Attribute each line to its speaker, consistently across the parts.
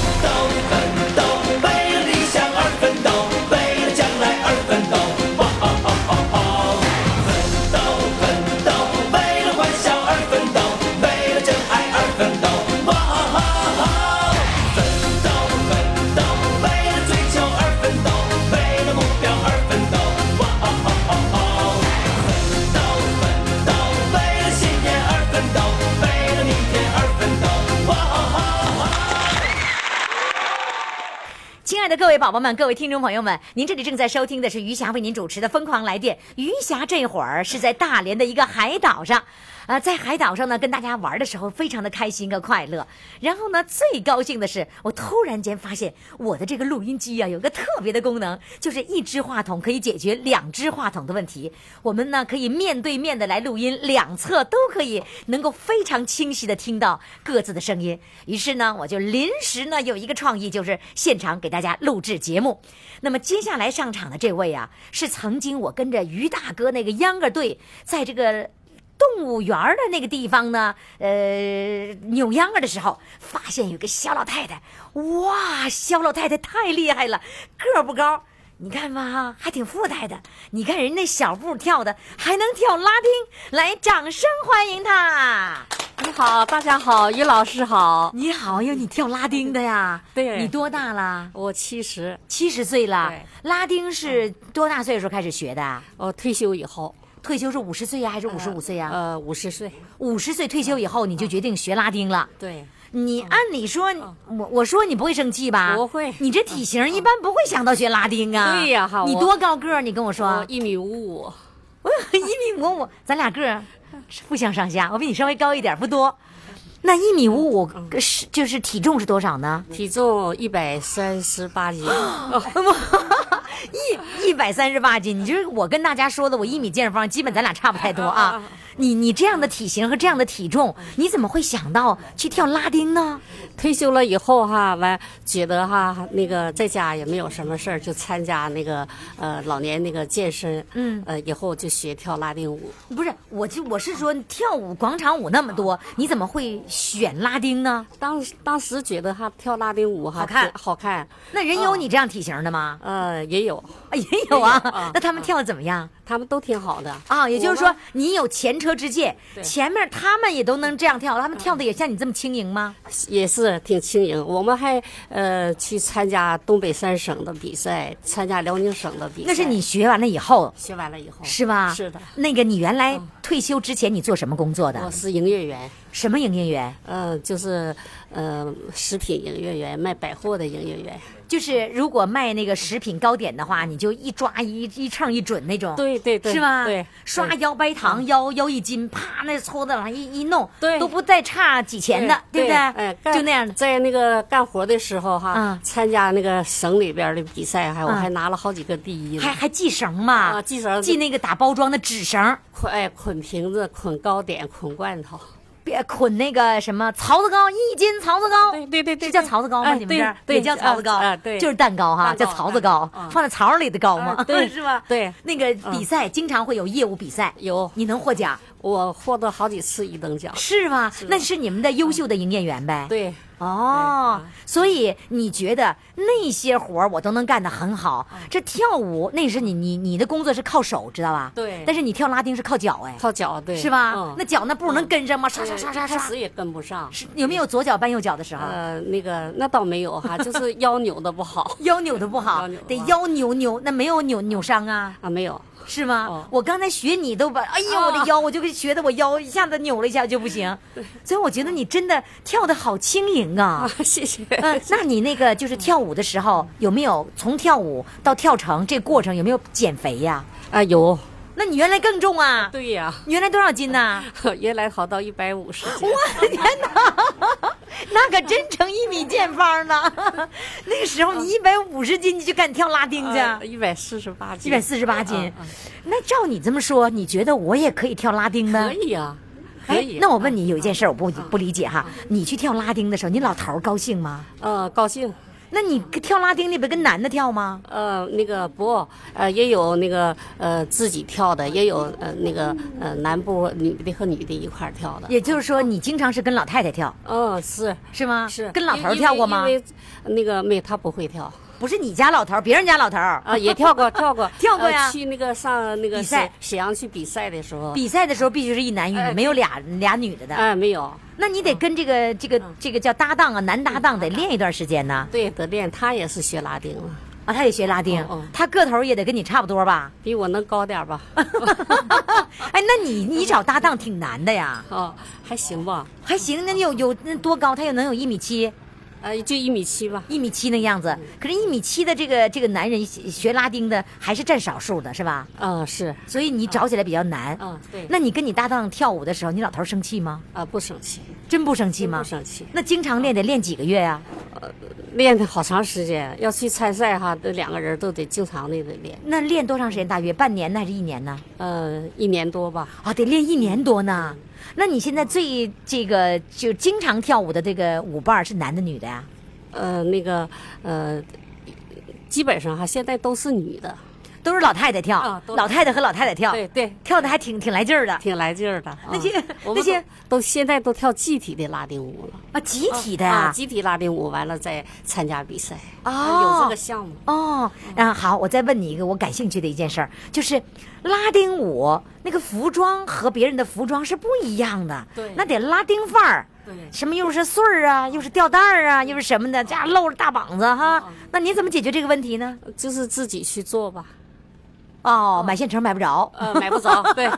Speaker 1: 奋斗，奋斗，为了理想而奋斗，为了将来而奋斗，哇哦哦哦哦！奋斗，奋斗，为了欢笑而奋斗，为了真爱而奋斗，哇哦哦哦！奋斗，奋斗，为了追求而奋斗，为了目标而奋斗，哇哦哦哦哦！奋斗，奋斗，为了信念而奋斗，为了明天而奋斗，哇哦哦哦！
Speaker 2: 亲爱的各位宝宝们、各位听众朋友们，您这里正在收听的是余霞为您主持的《疯狂来电》。余霞这会儿是在大连的一个海岛上，呃，在海岛上呢跟大家玩的时候非常的开心和快乐。然后呢，最高兴的是，我突然间发现我的这个录音机啊有一个特别的功能，就是一只话筒可以解决两只话筒的问题。我们呢可以面对面的来录音，两侧都可以能够非常清晰的听到各自的声音。于是呢，我就临时呢有一个创意，就是现场给大家录制节目。那么接下来上场的这位啊，是曾经我跟着于大哥那个秧歌队在这个。动物园儿的那个地方呢，呃，扭秧歌的时候，发现有个小老太太，哇，小老太太太厉害了，个儿不高，你看吧，还挺富态的。你看人那小步跳的，还能跳拉丁，来，掌声欢迎她。
Speaker 3: 你好，大家好，于老师好，
Speaker 2: 你好呀，你跳拉丁的呀？
Speaker 3: 对
Speaker 2: 你多大了？
Speaker 3: 我七十，
Speaker 2: 七十岁了
Speaker 3: 对。
Speaker 2: 拉丁是多大岁数开始学的？
Speaker 3: 我退休以后，
Speaker 2: 退休是五十岁呀，还是五十五岁呀？
Speaker 3: 呃，五十岁，
Speaker 2: 五十岁退休以后你就决定学拉丁了。
Speaker 3: 对，
Speaker 2: 你按理说，我我说你不会生气吧？
Speaker 3: 嗯不会嗯
Speaker 2: 你这体型一般不会想到学拉丁啊。
Speaker 3: 对呀哈
Speaker 2: 你
Speaker 3: 我
Speaker 2: 多高个儿？你跟我
Speaker 3: 我
Speaker 2: 说，
Speaker 3: 一米五五，
Speaker 2: 我 一米五五，咱俩个儿是不相上下，我比你稍微高一点，不多。那一米五五是就是体重是多少呢？
Speaker 3: 嗯体重一百三十八斤，
Speaker 2: 一一百三十八斤，你就是我跟大家说的，我一米见方，基本咱俩差不太多
Speaker 3: 嗯
Speaker 2: 啊。你你这样的体型和这样的体重，你怎么会想到去跳拉丁呢？
Speaker 3: 退休了以后哈，完觉得哈那个在家也没有什么事儿，就参加那个呃老年那个健身，嗯，呃以后就学跳拉丁舞，
Speaker 2: 不是，我就我是说跳舞广场舞那么多，你怎么会选拉丁呢？
Speaker 3: 当时当时觉得哈跳拉丁舞哈
Speaker 2: 好看
Speaker 3: 好看，
Speaker 2: 那人有你这样体型的吗？
Speaker 3: 呃也有，
Speaker 2: 啊也有啊。
Speaker 3: 也有啊
Speaker 2: 那他们跳的怎么样
Speaker 3: 他们都挺好的
Speaker 2: 啊？也就是
Speaker 3: 我
Speaker 2: 说
Speaker 3: 们，
Speaker 2: 你有前车之鉴，
Speaker 3: 对
Speaker 2: 前面他们也都能这样跳，他们跳的也像你这么轻盈吗？
Speaker 3: 也是挺轻盈。我们还呃去参加东北三省的比赛，参加辽宁省的比赛。
Speaker 2: 那是你学完了以后
Speaker 3: 学完了以后
Speaker 2: 是吧？
Speaker 3: 是的，嗯
Speaker 2: 那个你原来退休之前你做什么工作的？
Speaker 3: 我是营业员，
Speaker 2: 什么营业员？
Speaker 3: 呃，就是呃食品营业员，卖百货的营业员。
Speaker 2: 就是如果卖那个食品糕点的话，你就一抓一一秤一准那种，
Speaker 3: 对对对
Speaker 2: 是吧？
Speaker 3: 对
Speaker 2: 刷
Speaker 3: 对嗯
Speaker 2: 腰掰糖，腰腰一斤，啪那搓子往上一一弄，
Speaker 3: 对
Speaker 2: 都不带差几钱的，对不
Speaker 3: 哎，
Speaker 2: 对？
Speaker 3: 干
Speaker 2: 就那样的。
Speaker 3: 在那个干活的时候哈，
Speaker 2: 嗯
Speaker 3: 参加那个呃省里边的比赛，还我
Speaker 2: 嗯
Speaker 3: 还拿了好几个第一呢
Speaker 2: 还。还系绳嘛？
Speaker 3: 啊系绳
Speaker 2: 系那个打包装的纸绳，
Speaker 3: 捆哎捆瓶子、捆糕点、捆罐头。
Speaker 2: 别捆那个什么槽子糕，一斤槽子糕。
Speaker 3: 对对对对
Speaker 2: 是叫槽子糕吗？
Speaker 3: 哎
Speaker 2: 你们这儿
Speaker 3: 对
Speaker 2: 也叫槽子糕
Speaker 3: 啊啊对
Speaker 2: 就是蛋糕哈，
Speaker 3: 蛋糕
Speaker 2: 叫槽子糕
Speaker 3: 蛋，糕嗯
Speaker 2: 放在槽里的糕嘛
Speaker 3: 啊， 对
Speaker 2: 是吧？
Speaker 3: 对
Speaker 2: 那个比赛经常会有业务比赛，
Speaker 3: 有
Speaker 2: 你能获奖。
Speaker 3: 我获得好几次一等奖。嗯
Speaker 2: 是吧？那是你们的优秀的营业员呗。。
Speaker 3: 对。啊
Speaker 2: 哦，所以你觉得那些活儿我都能干得很好，
Speaker 3: 嗯
Speaker 2: 这跳舞那是你你你的工作是靠手，知道吧？
Speaker 3: 对
Speaker 2: 但是你跳拉丁是靠脚，哎，
Speaker 3: 靠脚对，
Speaker 2: 是吧？
Speaker 3: 嗯
Speaker 2: 那脚那步能跟上吗？刷
Speaker 3: 对
Speaker 2: 刷刷刷
Speaker 3: 开
Speaker 2: 刷
Speaker 3: 始。也跟不上，
Speaker 2: 是有没有左脚绊右脚的时候？
Speaker 3: 呃，那个那倒没有 哈，就是腰扭的不好
Speaker 2: 腰扭的不
Speaker 3: 腰
Speaker 2: 好
Speaker 3: 扭，的
Speaker 2: 得
Speaker 3: 不好
Speaker 2: 腰扭扭，那没有扭扭伤啊，
Speaker 3: 啊，没有，
Speaker 2: 是吗？
Speaker 3: 哦
Speaker 2: 我刚才学你都把，哎呦
Speaker 3: 啊
Speaker 2: 我的腰，我就觉得我腰一下子扭了一下就不行，所以我觉得你真的跳的好轻盈啊
Speaker 3: 啊， 谢谢。
Speaker 2: 嗯，那你那个就是跳舞的时候，有没有从跳舞到跳绳这过程有没有减肥呀、
Speaker 3: 啊，有，
Speaker 2: 那你原来更重啊，
Speaker 3: 对呀，
Speaker 2: 你原来多少斤呢、
Speaker 3: 原来好到一百五十 斤，
Speaker 2: 那可真成一米见方了。 那个时候你一百五十斤，你就敢跳拉丁去，啊
Speaker 3: 呃一百四十八斤，
Speaker 2: 一百四十八斤
Speaker 3: 啊啊。
Speaker 2: 那照你这么说，你觉得我也可以跳拉丁吗
Speaker 3: 可？
Speaker 2: 哎
Speaker 3: 以呀，啊可以。啊
Speaker 2: 那我问你，有一件事我不不理解哈，你去跳拉丁的时候，你老头儿高兴吗？
Speaker 3: 呃，高兴。
Speaker 2: 那你跳拉丁，你不跟男的跳吗？
Speaker 3: 呃，那个不，呃，也有那个呃自己跳的，也有呃那个呃男部女的和女的一块儿跳的。
Speaker 2: 也就是说，你经常是跟老太太跳，
Speaker 3: 嗯，是
Speaker 2: 是吗？
Speaker 3: 是，
Speaker 2: 跟老头儿
Speaker 3: 因
Speaker 2: 跳过吗？
Speaker 3: 因为因为那个没有，他不会跳
Speaker 2: 不是你家老头儿，别人家老头儿。
Speaker 3: 啊，也跳过，跳过，
Speaker 2: 跳过呀
Speaker 3: 呃去那个上那个
Speaker 2: 比赛
Speaker 3: 沈沈阳去比赛的时候，
Speaker 2: 比赛的时候必须是一男一女，
Speaker 3: 哎
Speaker 2: 没有俩俩女的的。
Speaker 3: 哎没有，嗯
Speaker 2: 那你得跟这个这个这个叫搭档啊，男搭档得练一段时间呢。
Speaker 3: 对，德练他也是学拉丁的，
Speaker 2: 啊，他也学拉丁
Speaker 3: 嗯嗯，
Speaker 2: 他个头也得跟你差不多吧？
Speaker 3: 比我能高点儿吧？
Speaker 2: 哎，那你你找搭档挺难的呀。
Speaker 3: 哦，还行吧，
Speaker 2: 还行，那有有那多高？他又能有一米七，
Speaker 3: 呃，就一米七吧。
Speaker 2: 一米七那样子。可是，一米七的这个这个男人学学拉丁的还是占少数的，是吧？
Speaker 3: 嗯，是，
Speaker 2: 所以你找起来比较难。
Speaker 3: 嗯，对，
Speaker 2: 那你跟你搭档跳舞的时候，你老头生气吗？
Speaker 3: 啊不生气，
Speaker 2: 真不生气吗？
Speaker 3: 不生气。
Speaker 2: 那经常练得练几个月啊呀、
Speaker 3: 练的好长时间，要去参赛哈，这两个人都得经常的得练，
Speaker 2: 那练多长时间？大约半年呢，还是一年呢？
Speaker 3: 呃，一年多吧。嗯
Speaker 2: 啊，得练一年多呢。那你现在最这个就经常跳舞的这个舞伴儿是男的女的呀？
Speaker 3: 呃，那个，呃，基本上哈，现在都是女的，
Speaker 2: 都是老太太跳，
Speaker 3: 啊都是
Speaker 2: 老太太和老太太跳，
Speaker 3: 对对
Speaker 2: 跳的还挺挺来劲儿的
Speaker 3: 挺来劲儿 的。
Speaker 2: 那些
Speaker 3: 啊我们
Speaker 2: 那些
Speaker 3: 都都现在都跳集体的拉丁舞了，
Speaker 2: 啊，集体的
Speaker 3: 啊，
Speaker 2: 呀、
Speaker 3: 集体拉丁舞完了再参加比赛，
Speaker 2: 哦
Speaker 3: 啊有这个项目。
Speaker 2: 哦，啊好，我再问你一个我感兴趣的一件事儿，就是拉丁舞那个服装和别人的服装是不一样的，
Speaker 3: 对
Speaker 2: 那得拉丁范儿，
Speaker 3: 对
Speaker 2: 什么又是穗儿啊，又是吊带儿啊，又是什么的，这样露着大膀子哈，那你怎么解决这个问题呢？
Speaker 3: 哦就是自己去做吧，
Speaker 2: 哦，买现成买不着，
Speaker 3: 呃，买不 着，对，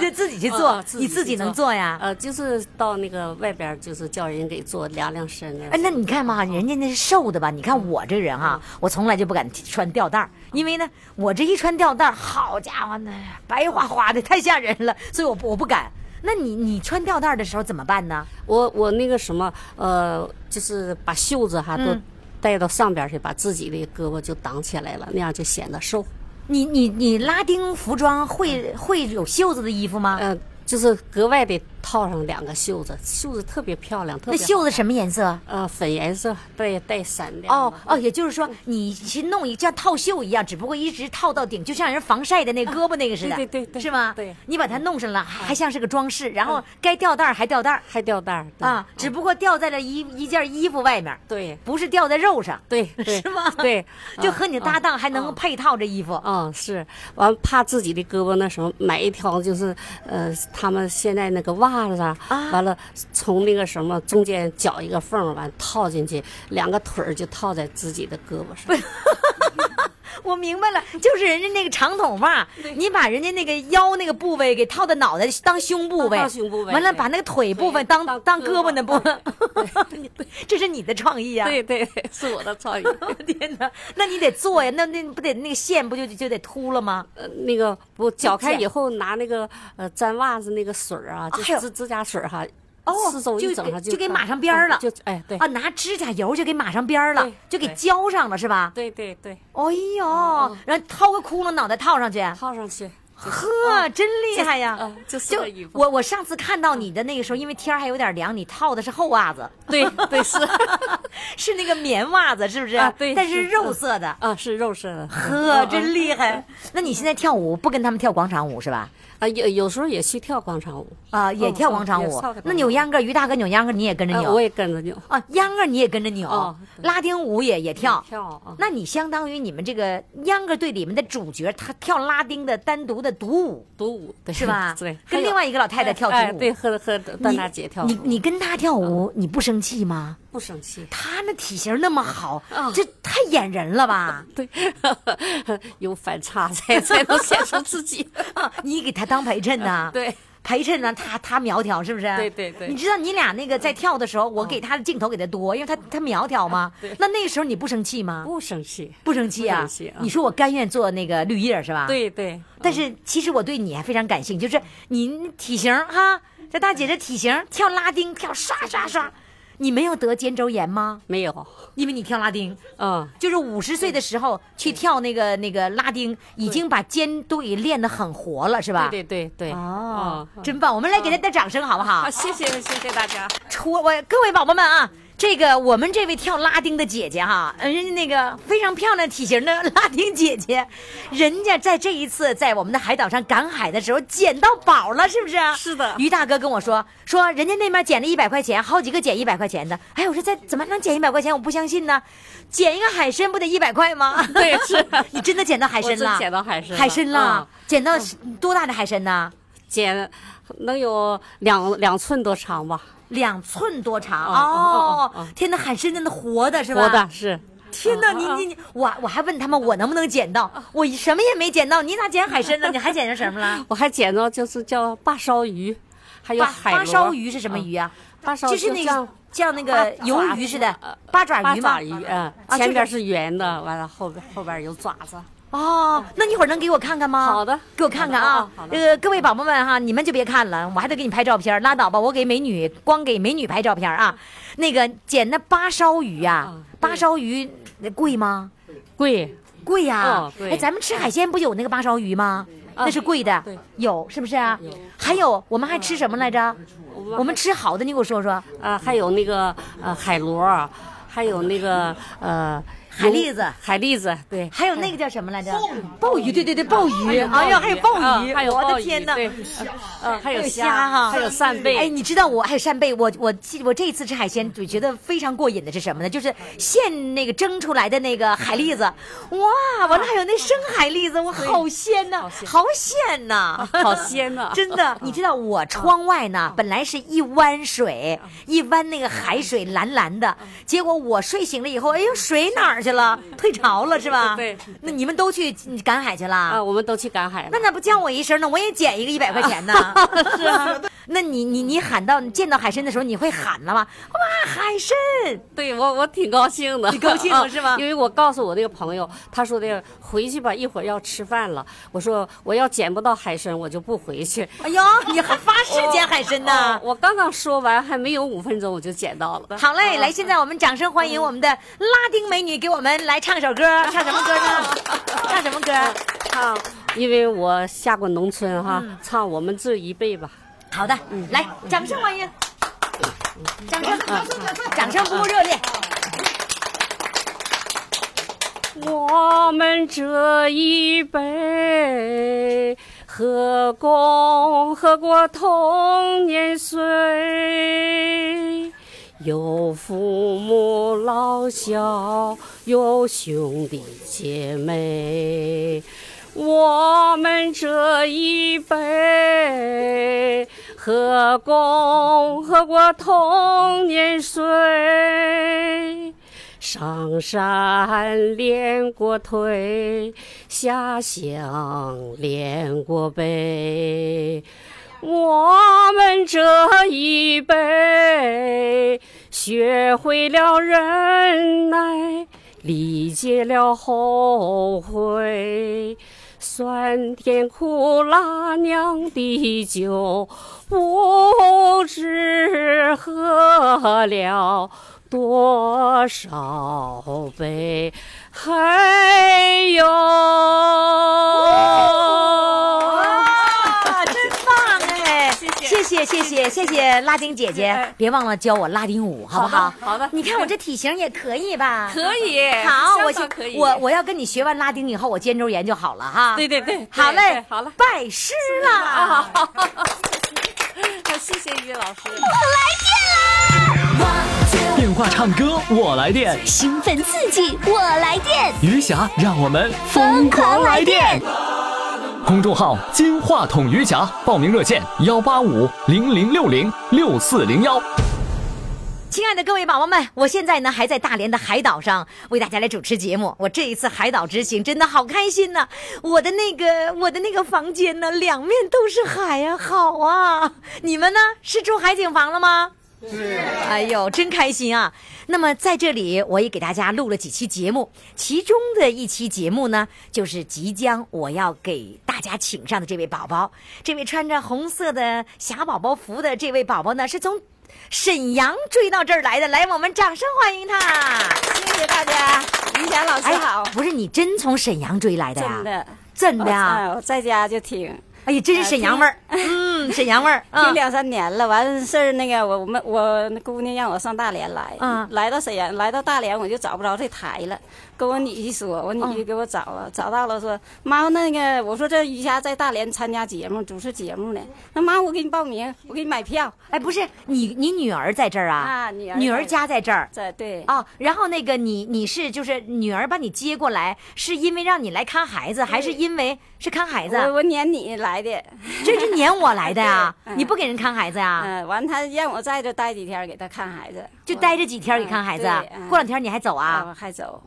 Speaker 2: 就自己去
Speaker 3: 嗯
Speaker 2: 做，
Speaker 3: 嗯
Speaker 2: 你自己能做呀？
Speaker 3: 呃，就是到那个外边儿，就是叫人给做量量身啊
Speaker 2: 哎，。那你看嘛，人家那是瘦的吧？你
Speaker 3: 嗯
Speaker 2: 看我这人啊，我从来就不敢穿吊带儿，因为呢，我这一穿吊带儿，好家伙呢，白花花的，太吓人了，所以我不我不敢。那你你穿吊带儿的时候怎么办呢？
Speaker 3: 我我那个什么，呃，就是把袖子哈都
Speaker 2: 嗯
Speaker 3: 带到上边儿去，把自己的胳膊就挡起来了，那样就显得瘦。
Speaker 2: 你你你拉丁服装会会有袖子的衣服吗？
Speaker 3: 呃，就是格外的套上两个袖子，袖子特别漂亮，特
Speaker 2: 那
Speaker 3: 别
Speaker 2: 袖
Speaker 3: 好
Speaker 2: 子什么颜色？
Speaker 3: 呃粉颜色，带带闪亮。
Speaker 2: 哦哦，，也就是说你去弄一像套袖一样，只不过一直套到顶，就像人防晒的那个胳膊那个似的，
Speaker 3: 对对对对
Speaker 2: 是吗？
Speaker 3: 对嗯
Speaker 2: 你把它弄上了，还像是个装饰，然后该吊带儿还吊带儿。
Speaker 3: 还吊带儿对嗯
Speaker 2: 啊，只不过掉在了一一件衣服外面，
Speaker 3: 对
Speaker 2: 不是掉在肉上，
Speaker 3: 对对
Speaker 2: 是吗？，
Speaker 3: 对
Speaker 2: 就和你搭档还能够
Speaker 3: 嗯
Speaker 2: 配套这衣服，
Speaker 3: 嗯，是，完怕自己的胳膊那什么，买一条就是，呃，他们现在那个袜子啊，
Speaker 2: 啊
Speaker 3: 完了从那个什么中间绞一个缝儿，完套进去，两个腿儿就套在自己的胳膊上。
Speaker 2: 我明白了，就是人家那个长筒袜，你把人家那个腰那个部位给套到脑袋当胸部位，
Speaker 3: 当胸部位
Speaker 2: 完了
Speaker 3: 对
Speaker 2: 把那个腿部分
Speaker 3: 腿
Speaker 2: 当
Speaker 3: 当
Speaker 2: 当胳
Speaker 3: 胳
Speaker 2: 膊
Speaker 3: 膊
Speaker 2: 那部分， 这是你的创意啊！
Speaker 3: 对对，是我的创意。
Speaker 2: 天哪，那你得做呀，那那不得那个线不就就得秃了吗？
Speaker 3: 呃，那个不绞开
Speaker 2: 剪哦
Speaker 3: 以后，拿那个呃沾袜子那个水儿啊，就
Speaker 2: 还有
Speaker 3: 指指甲水儿哈，
Speaker 2: 哦
Speaker 3: 四周
Speaker 2: 就
Speaker 3: 一整上
Speaker 2: 给
Speaker 3: 就
Speaker 2: 就给
Speaker 3: 看
Speaker 2: 码上边儿
Speaker 3: 嗯
Speaker 2: 了
Speaker 3: 就哎对
Speaker 2: 啊，，拿指甲油就给抹上边儿了
Speaker 3: 对，
Speaker 2: 就给
Speaker 3: 对
Speaker 2: 浇上了是吧？
Speaker 3: 对对对，
Speaker 2: 哎呦，然后掏个窟窿，脑袋套上去，
Speaker 3: 哦套上去，
Speaker 2: 呵，真厉害呀！
Speaker 3: 嗯就四
Speaker 2: 就
Speaker 3: 个衣服
Speaker 2: 我我上次看到你的那个时候，因为天儿还有点凉，你套的是厚袜子，
Speaker 3: 对对是
Speaker 2: 是那个棉袜子，是不是？
Speaker 3: 啊对
Speaker 2: 但是
Speaker 3: 是
Speaker 2: 肉色的。
Speaker 3: 啊，是肉色的。哦
Speaker 2: 呵，真厉害！ 那你现在跳舞不跟他们跳广场舞是吧？
Speaker 3: 啊，有有时候也去跳广场舞，
Speaker 2: 啊，也
Speaker 3: 嗯
Speaker 2: 跳
Speaker 3: 嗯
Speaker 2: 广场
Speaker 3: 也
Speaker 2: 舞
Speaker 3: 跳个。
Speaker 2: 那
Speaker 3: 广
Speaker 2: 扭
Speaker 3: 场舞
Speaker 2: 秧歌，于大哥扭秧歌，你也跟着
Speaker 3: 啊，
Speaker 2: 扭
Speaker 3: 我也跟着扭。
Speaker 2: 啊？秧歌你也跟着扭
Speaker 3: 哦，对
Speaker 2: 拉丁舞也也跳。
Speaker 3: 跳啊
Speaker 2: 那你相当于你们这个秧歌队里面的主角，他跳拉丁的单独的独舞。
Speaker 3: 独舞对
Speaker 2: 是吧
Speaker 3: 对，还
Speaker 2: 跟
Speaker 3: 有
Speaker 2: 另外一个老太太跳独舞
Speaker 3: 哎，对，和和段大姐跳舞，嗯
Speaker 2: 你你你跟她跳舞，你不生气吗？
Speaker 3: 不生气？
Speaker 2: 她那体型那么好
Speaker 3: 啊，
Speaker 2: 这太掩人了吧？
Speaker 3: 对， 有反差才 才能显出自己。
Speaker 2: 啊，你给她当陪衬呐？
Speaker 3: 对。
Speaker 2: 陪衬呢，她她苗条是不是？
Speaker 3: 对对对嗯
Speaker 2: 你知道你俩那个在跳的时候，我给她的镜头给她多，因为她她苗条嘛。那那时候你不生气吗？
Speaker 3: 啊不生气，
Speaker 2: 不生气
Speaker 3: 不
Speaker 2: 啊
Speaker 3: 生气！啊
Speaker 2: 你说我甘愿做那个绿叶是 吧？。
Speaker 3: 对对，
Speaker 2: 但是其实我对你还非常感兴趣，就是您体型哈，这大姐这体型跳拉丁跳刷刷刷，你没有得肩周炎
Speaker 3: 嗯
Speaker 2: 吗？
Speaker 3: 没有，
Speaker 2: 因为你跳拉丁，
Speaker 3: 嗯，
Speaker 2: 就是五十岁的时候去跳那个那个拉丁，已经把肩都给练得很活了，是吧？
Speaker 3: 对对对对，
Speaker 2: 哦
Speaker 3: 嗯，
Speaker 2: 真棒！我们来给他点掌声好不好
Speaker 3: 啊，？谢谢谢谢大家，
Speaker 2: 除我各位宝宝们啊，这个我们这位跳拉丁的姐姐哈，嗯，人家那个非常漂亮体型的拉丁姐姐，人家在这一次在我们的海岛上赶海的时候捡到宝了，是不是？
Speaker 3: 是的
Speaker 2: 于大哥跟我说，说人家那边捡了一百块钱，好几个捡一百块钱的。哎，我说在怎么能捡一百块钱？我不相信呢，捡一个海参不得一百块吗？
Speaker 3: 对是
Speaker 2: 你真的捡到海参
Speaker 3: 我真
Speaker 2: 了？
Speaker 3: 捡到海参了
Speaker 2: 海参了
Speaker 3: 嗯，
Speaker 2: 捡到多大的海参呢？
Speaker 3: 剪能有两两寸多长吧，
Speaker 2: 两寸多长
Speaker 3: 哦哦哦哦
Speaker 2: 天哪，海参真的活的是吧？
Speaker 3: 活的嗯是。
Speaker 2: 天哪，你你你，我我还问他们我能不能捡到，
Speaker 3: 哦
Speaker 2: 我什么也没捡到，你咋捡海参了？你还捡着什 么了？
Speaker 3: 我还捡到就是叫八烧鱼，还有
Speaker 2: 八
Speaker 3: 海
Speaker 2: 八
Speaker 3: 螺嗯
Speaker 2: 烧鱼是什么鱼啊？
Speaker 3: 八烧
Speaker 2: 就
Speaker 3: 鱼
Speaker 2: 是那
Speaker 3: 像
Speaker 2: 个像那个
Speaker 3: 八爪
Speaker 2: 鱿鱼似的
Speaker 3: 呃
Speaker 2: 八爪
Speaker 3: 八
Speaker 2: 鱼吗
Speaker 3: 爪？鱼，嗯，
Speaker 2: 啊
Speaker 3: 前边
Speaker 2: 就是
Speaker 3: 圆的，完了后边后边有爪子。
Speaker 2: 哦，那你一会儿能给我看看吗？
Speaker 3: 好的
Speaker 2: 给我看看啊
Speaker 3: 好。的
Speaker 2: 呃，各位宝宝们哈，你们就别看了，我还得给你拍照片，拉倒吧，我给美女光给美女拍照片啊。那个捡那八烧鱼啊
Speaker 3: 嗯，
Speaker 2: 八烧鱼呃贵吗？
Speaker 3: 贵，
Speaker 2: 贵呀、
Speaker 3: 哦对
Speaker 2: 哎，咱们吃海鲜不有那个八烧鱼吗？那是贵的
Speaker 3: 对，
Speaker 2: 有是不是啊？还有我们还吃什么来着？我们吃好的，你给我说说。
Speaker 3: 啊，还有那个呃海螺，还有那个呃
Speaker 2: 海蛎子
Speaker 3: 龙海蛎子，对，
Speaker 2: 还有那个叫什么来着？鲍鱼，对对对，鲍鱼。哎呀，还有
Speaker 3: 啊
Speaker 2: 鲍鱼，
Speaker 3: 还有
Speaker 2: 我
Speaker 3: 鲍
Speaker 2: 的
Speaker 3: 鱼
Speaker 2: 天哪！哎
Speaker 3: 对，呃，还有
Speaker 2: 虾哈
Speaker 3: 还有扇贝，
Speaker 2: 哎，你知道我还有扇贝，我我记我这一次吃海鲜，就觉得非常过瘾的是什么呢？就是现那个蒸出来的那个海蛎子，
Speaker 3: 啊
Speaker 2: 哇，完了还有那生海蛎子，我好鲜呐、好鲜呐、
Speaker 3: 好鲜呐
Speaker 2: 真的，你知道我窗外
Speaker 3: 啊
Speaker 2: 呢，本来是一湾水，一湾那个海水
Speaker 3: 啊
Speaker 2: 蓝蓝的，结果我睡醒了以后，哎呦，水哪儿去了？退潮了是吧？
Speaker 3: 嗯 对对
Speaker 2: 那你们都去赶海去了？
Speaker 3: 啊，我们都去赶海
Speaker 2: 那
Speaker 3: 了。
Speaker 2: 咋不叫我一声呢？我也捡一个一百块钱 呢。是啊， 那你你你喊到你见到海参的时候，你会喊了吗？哇，海参！
Speaker 3: 对我我挺高兴的，
Speaker 2: 你高兴了
Speaker 3: 啊
Speaker 2: 是吗
Speaker 3: 因为我告诉我那个朋友，他说的回去吧，一会儿要吃饭了。我说我要捡不到海参，我就不回 去。啊
Speaker 2: 哎呦，你还发誓捡海参呢？
Speaker 3: 我刚刚说完，还没有五分钟我就捡到了。
Speaker 2: 好嘞，来，现在我们掌声欢迎我们的拉丁美女，给我们来唱首歌，唱什么歌呢？唱什么歌？
Speaker 3: 唱，因为我下过农村哈，
Speaker 2: 嗯
Speaker 3: 唱我们这一辈吧。
Speaker 2: 好的，来，掌声欢迎，掌声，掌声不够热烈。
Speaker 3: 我们这一辈，和共喝过童年岁，有父母老小，有兄弟姐妹。我们这一辈，和共喝过童年岁。上山连过腿，下乡连过背。我们这一辈，学会了忍耐，理解了后悔。酸甜苦辣酿的酒，不知喝了多少杯，还有。
Speaker 2: 哇，真棒哎！谢谢谢谢谢谢拉丁姐姐，别忘了教我拉丁舞，好不好？
Speaker 3: 好的
Speaker 2: 你看我这体型也可以吧？
Speaker 3: 可以，
Speaker 2: 好，我
Speaker 3: 相
Speaker 2: 先
Speaker 3: 当可以，
Speaker 2: 我我要跟你学完拉丁以后，我肩周炎就好了哈。
Speaker 3: 对对对，
Speaker 2: 好
Speaker 3: 对
Speaker 2: 嘞
Speaker 3: 对，好了，
Speaker 2: 拜师 啦！
Speaker 3: 好谢谢于老师。
Speaker 4: 电话唱歌我来电，
Speaker 5: 兴奋刺激，我来电，
Speaker 4: 余霞让我们
Speaker 5: 疯狂来电！
Speaker 4: 公众号“金话筒余霞”，报名热线：幺八五零零六零六四零幺。
Speaker 2: 亲爱的各位宝宝们，我现在呢还在大连的海岛上为大家来主持节目。我这一次海岛之行真的好开心呐、我的那个我的那个房间呢，两面都是海呀、好啊！你们呢是住海景房了吗？哎呦，真开心啊！那么在这里，我也给大家录了几期节目，其中的一期节目呢，就是即将我要给大家请上的这位宝宝，这位穿着红色的小宝宝服的这位宝宝呢，是从沈阳追到这儿来的，来，我们掌声欢迎他。哎
Speaker 6: 谢谢大家，于霞老
Speaker 3: 哎
Speaker 6: 师好，
Speaker 2: 不是你真从沈阳追来的呀？
Speaker 6: 真的，
Speaker 2: 真的啊
Speaker 6: 啊，我在家就听，
Speaker 2: 哎呀，真是沈阳味儿，嗯，沈阳味 儿，
Speaker 6: 听
Speaker 2: 嗯，
Speaker 6: 两三年了。完事儿那个我我们我姑娘让我上大连来，
Speaker 2: 嗯
Speaker 6: 来到沈阳，来到大连我就找不着这台了，跟我女婿说，我女
Speaker 2: 嗯
Speaker 6: 婿给我找啊，找到了说妈那个我说这于霞在大连参加节目主持节目呢，那妈我给你报名，我给你买票，
Speaker 2: 哎，不是你，你女儿在这儿啊？
Speaker 6: 啊女儿
Speaker 2: 家在这儿。
Speaker 6: 这对
Speaker 2: 哦，然后那个你你是就是女儿把你接过来，是因为让你来看孩子，还是因为是看孩子？啊
Speaker 6: 我我撵你来的，
Speaker 2: 这是撵我来的呀、
Speaker 6: 对嗯
Speaker 2: 你不给人看孩子呀、
Speaker 6: 嗯，完他让我在这待几天给他看孩子，
Speaker 2: 就
Speaker 6: 我
Speaker 2: 待这几天儿给看孩子啊
Speaker 6: 嗯对，嗯
Speaker 2: 过两天你还走啊？
Speaker 6: 啊，还走。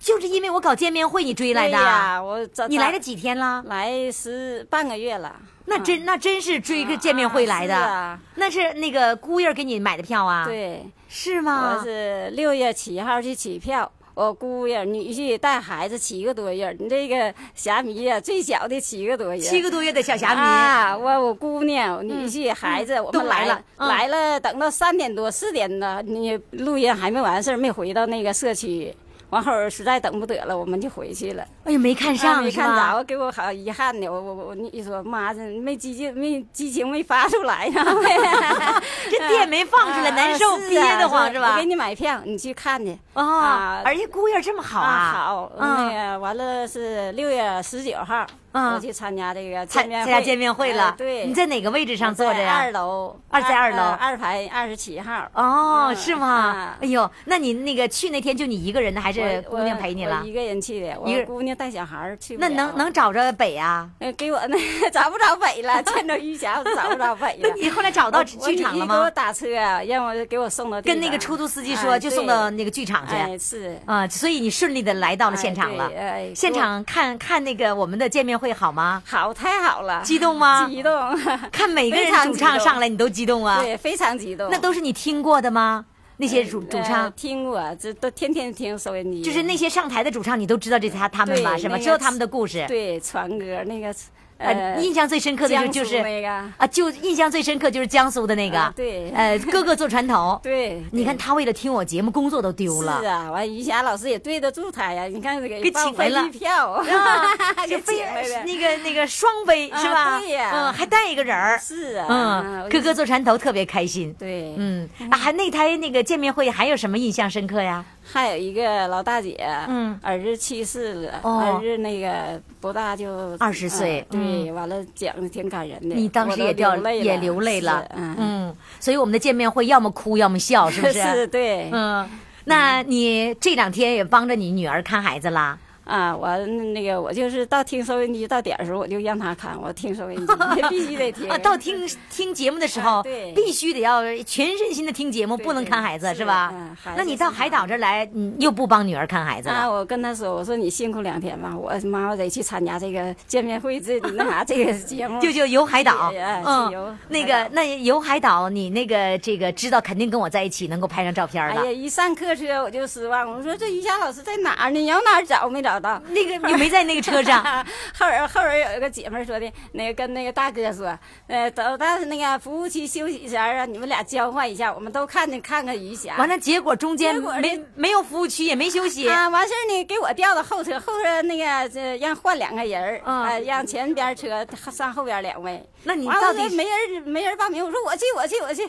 Speaker 2: 就是因为我搞见面会你追来
Speaker 6: 对
Speaker 2: 的，啊
Speaker 6: 呀，我这
Speaker 2: 你来这几天了？
Speaker 6: 来十半个月了，
Speaker 2: 那真那真是追个见面会来
Speaker 6: 嗯啊是
Speaker 2: 的
Speaker 6: 啊，
Speaker 2: 那是那个姑爷给你买的票啊？，
Speaker 6: 对，
Speaker 2: 是
Speaker 6: 我
Speaker 2: 吗？
Speaker 6: 是六月七号去取票。我姑爷女婿带孩子七个多月儿，你这个虾米呀，最小的七个多月，
Speaker 2: 七个多月的小霞迷，
Speaker 6: 啊！我我姑娘、我女婿、孩子，我
Speaker 2: 都
Speaker 6: 们
Speaker 2: 来了嗯
Speaker 6: 来了，等到三点多四点呢，你录音还没完事儿，没回到那个社区，完后儿实在等不得了，我们就回去了。
Speaker 2: 哎呀，没看上、
Speaker 6: 啊没
Speaker 2: 是
Speaker 6: 看
Speaker 2: 吧
Speaker 6: 着，给我好遗憾的。我我我，你说妈，这没激情，没激情没发出 来呀、
Speaker 2: 这电没放出来，
Speaker 6: 啊
Speaker 2: 难受，
Speaker 6: 是啊
Speaker 2: 憋得慌
Speaker 6: 是
Speaker 2: 是
Speaker 6: 我
Speaker 2: 吧
Speaker 6: 给？你买票，你去看去。
Speaker 2: 哦
Speaker 6: 啊，
Speaker 2: 而且姑爷这么好
Speaker 6: 啊，
Speaker 2: 啊，
Speaker 6: 好，
Speaker 2: 嗯
Speaker 6: 那个完了是六月十九号，
Speaker 2: 嗯
Speaker 6: 我去参加这个
Speaker 2: 参
Speaker 6: 见面
Speaker 2: 参加
Speaker 6: 会
Speaker 2: 见面会了
Speaker 6: 哎。对，
Speaker 2: 你在哪个位置上坐着
Speaker 6: 我在
Speaker 2: 呀
Speaker 6: 二？楼，
Speaker 2: 二在二楼
Speaker 6: 呃二排二十七号。
Speaker 2: 哦，
Speaker 6: 嗯
Speaker 2: 是吗
Speaker 6: 啊？
Speaker 2: 哎呦，那你那个去那天就你一个人呢，还是
Speaker 6: 我
Speaker 2: 姑娘陪你
Speaker 6: 我
Speaker 2: 了
Speaker 6: 我一？个人去的，
Speaker 2: 一个
Speaker 6: 我
Speaker 2: 人
Speaker 6: 姑娘带小孩儿去不
Speaker 2: 那
Speaker 6: 了
Speaker 2: 能能找着北啊？
Speaker 6: 呃给我那 找不着北了，见着于霞我找不着北
Speaker 2: 那
Speaker 6: 了。
Speaker 2: 你后来找到
Speaker 6: 我
Speaker 2: 剧场了
Speaker 6: 我女婿给我
Speaker 2: 吗？
Speaker 6: 打车，啊让我给我送到地
Speaker 2: 跟那
Speaker 6: 方
Speaker 2: 个出租司机
Speaker 6: 哎
Speaker 2: 说，就送
Speaker 6: 对
Speaker 2: 到那个剧场去。
Speaker 6: 哎是
Speaker 2: 啊，所以你顺利的来到了现场了
Speaker 6: 哎对哎。
Speaker 2: 现场看看那个我们的见面会好吗？
Speaker 6: 好太好了，
Speaker 2: 激动吗
Speaker 6: 激动，
Speaker 2: 看每个人
Speaker 6: 非常
Speaker 2: 主
Speaker 6: 激
Speaker 2: 唱
Speaker 6: 动
Speaker 2: 上来，你都激动啊？
Speaker 6: 对非常激动。
Speaker 2: 那都是你听过的吗？那些主主
Speaker 6: 呃
Speaker 2: 唱，
Speaker 6: 听我这都天天听收音机，
Speaker 2: 就是那些上台的主唱，你都知道这他他们吧，
Speaker 6: 对
Speaker 2: 是吧？
Speaker 6: 那个
Speaker 2: 知道他们的故事。
Speaker 6: 对传歌那个
Speaker 2: 呃，
Speaker 6: 呃
Speaker 2: 印象最深刻的就
Speaker 6: 江苏
Speaker 2: 就是
Speaker 6: 那个
Speaker 2: 啊，就印象最深刻就是江苏的那个
Speaker 6: 啊，对。
Speaker 2: 呃，哥哥坐船头
Speaker 6: 对，
Speaker 2: 你看他为了听我节目，工作都丢
Speaker 6: 是
Speaker 2: 了。
Speaker 6: 啊，完于霞老师也对得住他呀，你看给
Speaker 2: 给
Speaker 6: 给报
Speaker 2: 请回
Speaker 6: 飞
Speaker 2: 了啊
Speaker 6: 机票，
Speaker 2: 就
Speaker 6: 给
Speaker 2: 非
Speaker 6: 请回来了。
Speaker 2: 那个那个双飞
Speaker 6: 啊
Speaker 2: 是吧？
Speaker 6: 对呀
Speaker 2: 嗯，还带一个人儿。
Speaker 6: 是啊，啊
Speaker 2: 嗯，哥哥，坐船头特别开心
Speaker 6: 我。对，
Speaker 2: 嗯，啊，还那台那个见面会还有什么印象深刻呀？
Speaker 6: 还有一个老大姐，
Speaker 2: 嗯
Speaker 6: 儿子去世了，
Speaker 2: 哦
Speaker 6: 儿子那个不大就
Speaker 2: 20岁
Speaker 6: 嗯对，完了讲的挺感人的，
Speaker 2: 你当时
Speaker 6: 我
Speaker 2: 也
Speaker 6: 都
Speaker 2: 掉
Speaker 6: 泪了，
Speaker 2: 也流泪了
Speaker 6: 是。嗯，
Speaker 2: 嗯，所以我们的见面会要么哭要么笑，是不
Speaker 6: 是，对，
Speaker 2: 嗯，那你这两天也帮着你女儿看孩子啦？
Speaker 6: 啊，我那个我就是到听收音机到点儿的时候，我就让他看，我听收音机 必须得 听
Speaker 2: 啊，到听听节目的时候
Speaker 6: 啊，对
Speaker 2: 必须得要全身心的听节目，
Speaker 6: 对
Speaker 2: 不能看孩子，
Speaker 6: 是
Speaker 2: 是吧
Speaker 6: 嗯？孩子
Speaker 2: 那你到
Speaker 6: 是
Speaker 2: 海岛这儿来，你又不帮女儿看孩子
Speaker 6: 啊，
Speaker 2: 了？
Speaker 6: 我跟他说，我说你辛苦两天吧，我妈我得去参加这个见面会这那啥这个节 目，
Speaker 2: 就就游海岛，
Speaker 6: 对哎是游
Speaker 2: 嗯
Speaker 6: 海，
Speaker 2: 那
Speaker 6: 岛
Speaker 2: 个那游海岛，你那个这个知道肯定跟我在一起能够拍上照片
Speaker 6: 哎
Speaker 2: 了
Speaker 6: 呀，。一上客车我就失望，我说这于霞老师在哪儿呢？你往哪儿找没找到？
Speaker 2: 那个你没在那个车上，
Speaker 6: 后边后边有一个姐们儿说的，那个跟那个大哥说，呃，等到那个服务区休息一下啊，你们俩交换一下，我们都看见看看于霞。
Speaker 2: 完了结果中间
Speaker 6: 结果
Speaker 2: 没
Speaker 6: 这
Speaker 2: 没有服务区，也没休息。
Speaker 6: 啊，完事儿呢，给我调到后车，后车那个这让换两个人儿，
Speaker 2: 嗯
Speaker 6: 呃让前边车上后边两位。
Speaker 2: 那你
Speaker 6: 完了
Speaker 2: 到底
Speaker 6: 我说
Speaker 2: 是
Speaker 6: 没人没人报名，我说我去我去我去，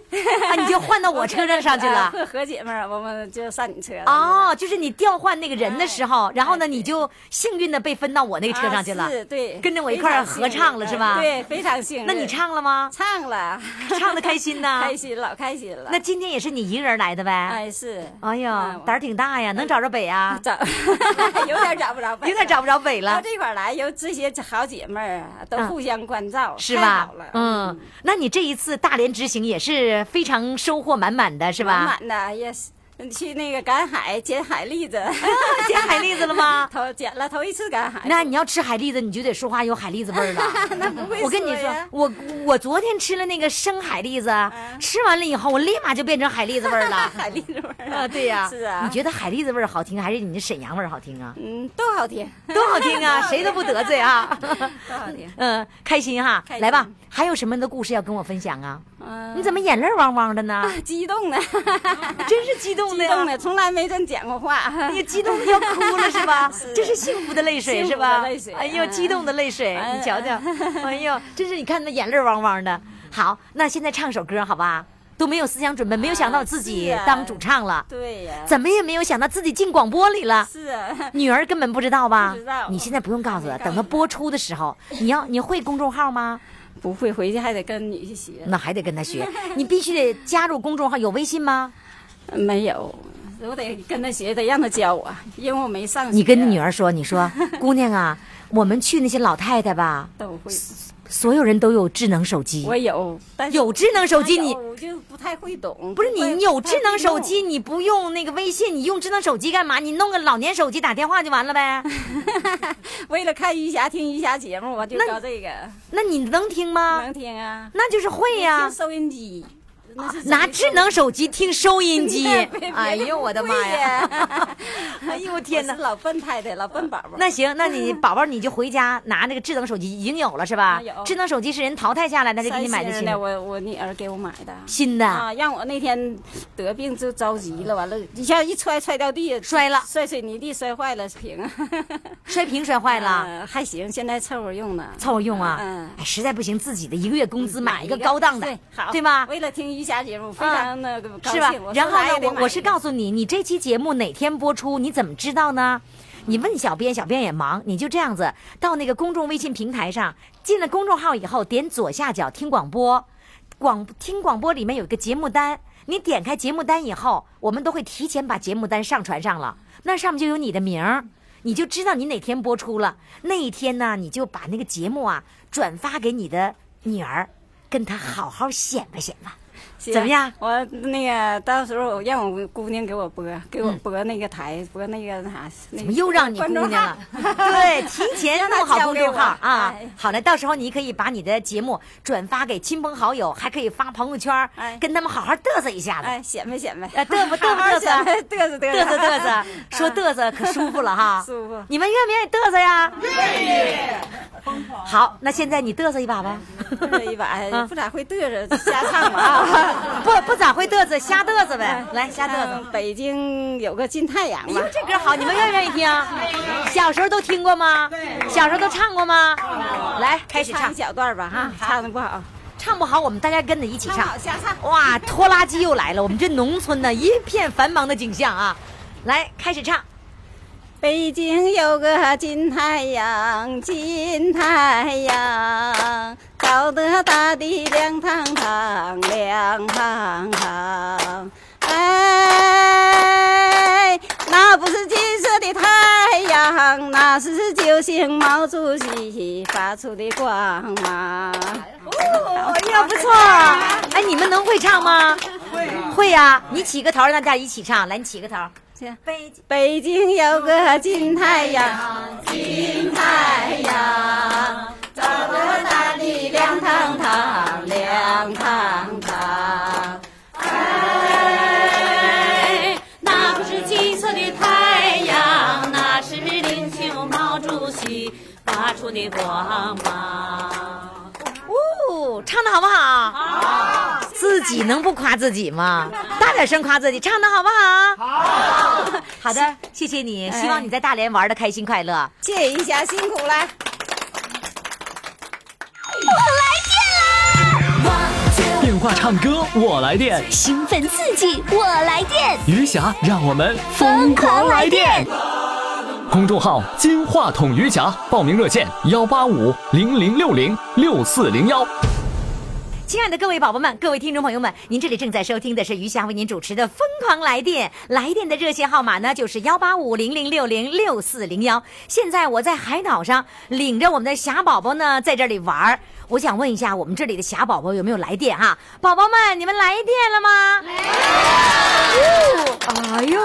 Speaker 2: 啊，你就换到我车上上去 了。
Speaker 6: 和和姐们儿，我们就上你车了。
Speaker 2: 哦，就是你调换那个人的时候，然后呢，
Speaker 6: 哎对
Speaker 2: 你就幸运的被分到我那个车上去了
Speaker 6: 啊。是，对，
Speaker 2: 跟着我一块儿合唱了是吧
Speaker 6: 非常幸运对，非常幸运。
Speaker 2: 那你唱了吗？
Speaker 6: 唱了，
Speaker 2: 唱的开心呐
Speaker 6: 开心老开心了。
Speaker 2: 那今天也是你一个人来的呗？
Speaker 6: 哎是，
Speaker 2: 哎
Speaker 6: 啊
Speaker 2: 呀，
Speaker 6: 我
Speaker 2: 胆儿挺大呀，能找着北啊？
Speaker 6: 找有点找不着北，
Speaker 2: 有点找不着北
Speaker 6: 到
Speaker 2: 了，
Speaker 6: 这块儿来，有这些好姐妹儿啊，都
Speaker 2: 嗯
Speaker 6: 互相关照，
Speaker 2: 是
Speaker 6: 太
Speaker 2: 吧
Speaker 6: 好了，？
Speaker 2: 嗯，那你这一次大连之行也是非常收获满满的，是吧？
Speaker 6: 满满的也是。去那个赶海捡海蛎子，？
Speaker 2: 捡海蛎子了吗
Speaker 6: 头捡了头一次赶海，
Speaker 2: 那你要吃海蛎子，你就得说话有海蛎子味儿了。
Speaker 6: 哎 那不会
Speaker 2: 我跟你说
Speaker 6: 呀，
Speaker 2: 我我昨天吃了那个生海蛎子，
Speaker 6: 啊
Speaker 2: 吃完了以后，我立马就变成海蛎子味儿 了。
Speaker 6: 海蛎子味儿
Speaker 2: 啊，对呀、
Speaker 6: 是啊，
Speaker 2: 你觉得海蛎子味儿好听，还是你的沈阳味儿好听啊？
Speaker 6: 嗯都好听，
Speaker 2: 多好听啊，谁都不 得罪啊。
Speaker 6: 都好听。
Speaker 2: 嗯，开心哈，
Speaker 6: 开心
Speaker 2: 来吧，还有什么的故事要跟我分享啊？
Speaker 6: 嗯、
Speaker 2: 你怎么眼泪汪汪的 呢？
Speaker 6: 激动呢，
Speaker 2: 真是激动的
Speaker 6: 激动
Speaker 2: 呀！
Speaker 6: 呢，从来没这么讲过话。
Speaker 2: 你激动的要哭了是 吧？这是幸福的泪水
Speaker 6: 幸福
Speaker 2: 是
Speaker 6: 的
Speaker 2: 吧？
Speaker 6: 泪水
Speaker 2: 哎呦，
Speaker 6: 嗯
Speaker 2: 激动的泪水，
Speaker 6: 嗯
Speaker 2: 你瞧 瞧，哎呦，真是你看那眼泪汪汪的。好，那现在唱首歌好吧？都没有思想准备，没有想到自己
Speaker 6: 啊是啊
Speaker 2: 当主唱了，
Speaker 6: 对呀、
Speaker 2: 怎么也没有想到自己进广播里了。
Speaker 6: 是啊，
Speaker 2: 女儿根本不知道吧？
Speaker 6: 不知道
Speaker 2: 你现在不用告诉她，
Speaker 6: 没告诉
Speaker 2: 等她播出的时候，你要你会公众号吗？
Speaker 6: 不会回去还得跟女婿学。
Speaker 2: 那还得跟她学，你必须得加入公众号。有微信吗？
Speaker 6: 呃没有，我得跟他学，得让他教我，因为我没上学。
Speaker 2: 你跟女儿说，你说 姑娘啊，我们去那些老太太吧，
Speaker 6: 都会，
Speaker 2: 所有人都有智能手机
Speaker 6: 我。有，但是
Speaker 2: 有智能手机你
Speaker 6: 哎呦我就不太会懂。
Speaker 2: 不是
Speaker 6: 会
Speaker 2: 你有
Speaker 6: 不太
Speaker 2: 智能手
Speaker 6: 会
Speaker 2: 机，
Speaker 6: 弄
Speaker 2: 你不用那个微信，你用智能手机干嘛？你弄个老年手机打电话就完了呗？
Speaker 6: 为了看余霞听余霞节目，我就
Speaker 2: 那
Speaker 6: 搞这个，
Speaker 2: 那你能听 吗？
Speaker 6: 能听啊？
Speaker 2: 那就是会呀、
Speaker 6: 听收音机，那是
Speaker 2: 拿智能手机听收音机
Speaker 6: 别别，
Speaker 2: 哎呦我的妈呀！ 哎呦我天
Speaker 6: 我
Speaker 2: 哪
Speaker 6: 是！老笨太太，老笨宝宝。
Speaker 2: 那行， 那你宝宝你就回家拿那个智能手机，已经有了是吧
Speaker 6: 啊？有
Speaker 2: 智能手机是人淘汰下来，那就给你买的新
Speaker 6: 三星的，
Speaker 2: 的。
Speaker 6: 我我女儿给我买的。
Speaker 2: 新的
Speaker 6: 啊，让我那天得病就着急了，完了一下一摔摔掉地，
Speaker 2: 摔了
Speaker 6: 摔水泥地摔坏了屏，
Speaker 2: 摔屏摔坏了，
Speaker 6: 呃还行，现在凑合用呢。
Speaker 2: 凑合用啊
Speaker 6: 嗯！
Speaker 2: 哎，实在不行自己的一个月工资买一个
Speaker 6: 一个
Speaker 2: 高档的
Speaker 6: 对，好，
Speaker 2: 对吧？
Speaker 6: 为了听余霞节目，非常那个高
Speaker 2: 是吧
Speaker 6: 兴。我？
Speaker 2: 然
Speaker 6: 说
Speaker 2: 后
Speaker 6: 啥也
Speaker 2: 呢，
Speaker 6: 得
Speaker 2: 我
Speaker 6: 买
Speaker 2: 我是
Speaker 6: 一个
Speaker 2: 告诉你，你这期节目哪天播出，你怎么知道呢？你问小编，小编也忙，你就这样子到那个公众微信平台上，进了公众号以后，点左下角听广播，广听广播里面有一个节目单，你点开节目单以后，我们都会提前把节目单上传上了，那上面就有你的名儿。你就知道你哪天播出了，那一天呢，你就把那个节目啊转发给你的女儿，跟她好好显摆显摆。
Speaker 6: 行
Speaker 2: 怎么样
Speaker 6: 我那个到时候我让我姑娘给我播，给我播那个台，播那个那啥，怎
Speaker 2: 怎么又让你姑娘了？对，提前弄好公众号啊
Speaker 6: 哎！
Speaker 2: 好了，到时候你可以把你的节目转发给亲朋好友，还可以发朋友圈
Speaker 6: 哎，
Speaker 2: 跟他们好好嘚瑟一下子，
Speaker 6: 哎，显摆显摆，
Speaker 2: 啊嘚 不嘚不
Speaker 6: 好 好
Speaker 2: 嘚
Speaker 6: 显摆
Speaker 2: 瑟？
Speaker 6: 嘚瑟嘚
Speaker 2: 嘚瑟
Speaker 6: 瑟，
Speaker 2: 嘚瑟，说嘚瑟可舒服了哈
Speaker 6: 舒服
Speaker 2: 你们愿不愿意嘚瑟呀？愿
Speaker 6: 哎
Speaker 2: 意。好，那现在你嘚瑟一把吧。
Speaker 6: 嘚瑟一把，
Speaker 2: 嗯
Speaker 6: 哎不咋会嘚瑟，瞎唱吧 啊！
Speaker 2: 不不咋会嘚瑟，瞎嘚瑟呗，来瞎嘚瑟。
Speaker 6: 嗯北京有个金太阳
Speaker 2: 哎
Speaker 6: 吧
Speaker 2: 呦，，这歌好，你们愿不愿意听？小时候都听过吗？小时候都唱过吗？来，开始
Speaker 6: 唱
Speaker 2: 唱
Speaker 6: 一。小段吧哈，唱的不嗯好，
Speaker 2: 唱不好，我们大家跟着一起唱。
Speaker 6: 瞎唱。
Speaker 2: 哇，拖拉机又来了，我们这农村呢一片繁忙的景象啊！来，开始唱。
Speaker 6: 北京有个金太阳，金太阳，照得大地亮堂堂，亮堂堂。哎，那不是金色的太阳，那是九星毛主席发出的光芒。
Speaker 2: 哦，呀，不错。哎，你们能会唱吗？会。
Speaker 6: 啊
Speaker 2: 会呀、你起个头，让大家一起唱。来，你起个头。
Speaker 6: 行
Speaker 2: 北京
Speaker 6: 北京有个金太阳，金太阳，照得大地亮堂堂，亮堂堂。哎，那不是金色的太阳，那是林清毛主席发出的光芒。
Speaker 2: 哦，唱的好不好？好。自己能不夸自己吗？大点声夸自己，唱的好不好？好。 好的，谢谢你，希望你在大连玩的开心快乐。
Speaker 6: 谢哎一下，辛苦了。
Speaker 4: 电话唱歌我来电，
Speaker 5: 兴奋刺激，我来电！
Speaker 4: 余霞让我们
Speaker 5: 疯狂来电！
Speaker 4: 公众号“金话筒余霞”，报名热线：幺八五零零六零六四零幺。
Speaker 2: 亲爱的各位宝宝们、各位听众朋友们，您这里正在收听的是余霞为您主持的《疯狂来电》，来电的热线号码呢就是幺八五零零六零六四零幺。现在我在海岛上领着我们的霞宝宝呢，在这里玩儿。我想问一下，我们这里的霞宝宝有没有来电哈、宝宝们，你们来电了吗？哎呦，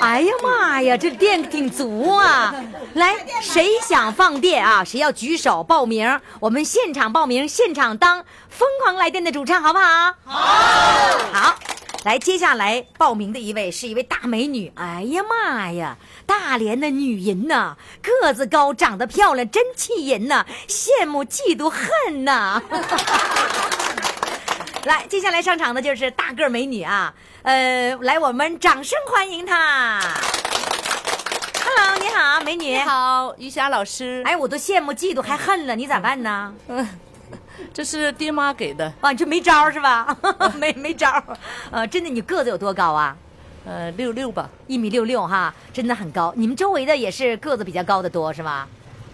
Speaker 2: 哎呀妈呀，这电挺足啊！来，谁想放电啊？谁要举手报名？我们现场报名，现场当疯狂来电的主唱，好不好？好。好，来，接下来报名的一位是一位大美女。哎呀妈呀，大连的女人呐、个子高，长得漂亮，真气人呐、羡慕、嫉妒、恨呐、来，接下来上场的就是大个儿美女啊，呃，来，我们掌声欢迎她。Hello，你好，美女。
Speaker 7: 你好，于霞老师。
Speaker 2: 哎，我都羡慕、嫉妒还恨了，你咋办呢？
Speaker 7: 这是爹妈给的，
Speaker 2: 啊，你这没招儿是吧？ 没没招儿。呃，真的，你个子有多高啊？
Speaker 7: 呃，六六吧，
Speaker 2: 一米六六哈，真的很高。你们周围的也是个子比较高的多是吧？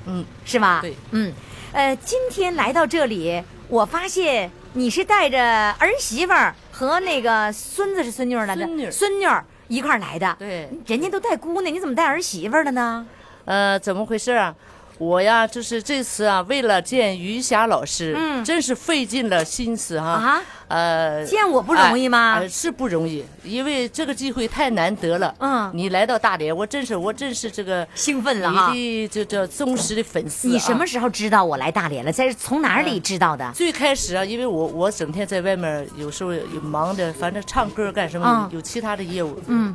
Speaker 7: 嗯，
Speaker 2: 是吧？
Speaker 7: 对，
Speaker 2: 嗯，呃，今天来到这里，我发现你是带着儿媳妇儿和那个孙子是孙女儿来的，
Speaker 7: 孙女儿
Speaker 2: 孙女儿一块儿来的。
Speaker 7: 对
Speaker 2: 人家都带姑娘，你怎么带儿媳妇儿了呢？
Speaker 7: 呃，怎么回事啊？我呀，就是这次啊，为了见于霞老师，
Speaker 2: 嗯
Speaker 7: 真是费尽了心思哈、
Speaker 2: 啊
Speaker 7: 呃，
Speaker 2: 见我不容易吗
Speaker 7: 哎呃是不容易，因为这个机会太难得了。
Speaker 2: 嗯
Speaker 7: 你来到大连，我真是我真是这个
Speaker 2: 兴奋了哈
Speaker 7: 你的这这忠实的粉丝、啊。
Speaker 2: 你什么时候知道我来大连了？在从哪里知道的？
Speaker 7: 最开始啊，因为我我整天在外面，有时候也忙着，反正唱歌干什么，
Speaker 2: 嗯
Speaker 7: 有有其他的业务。
Speaker 2: 嗯。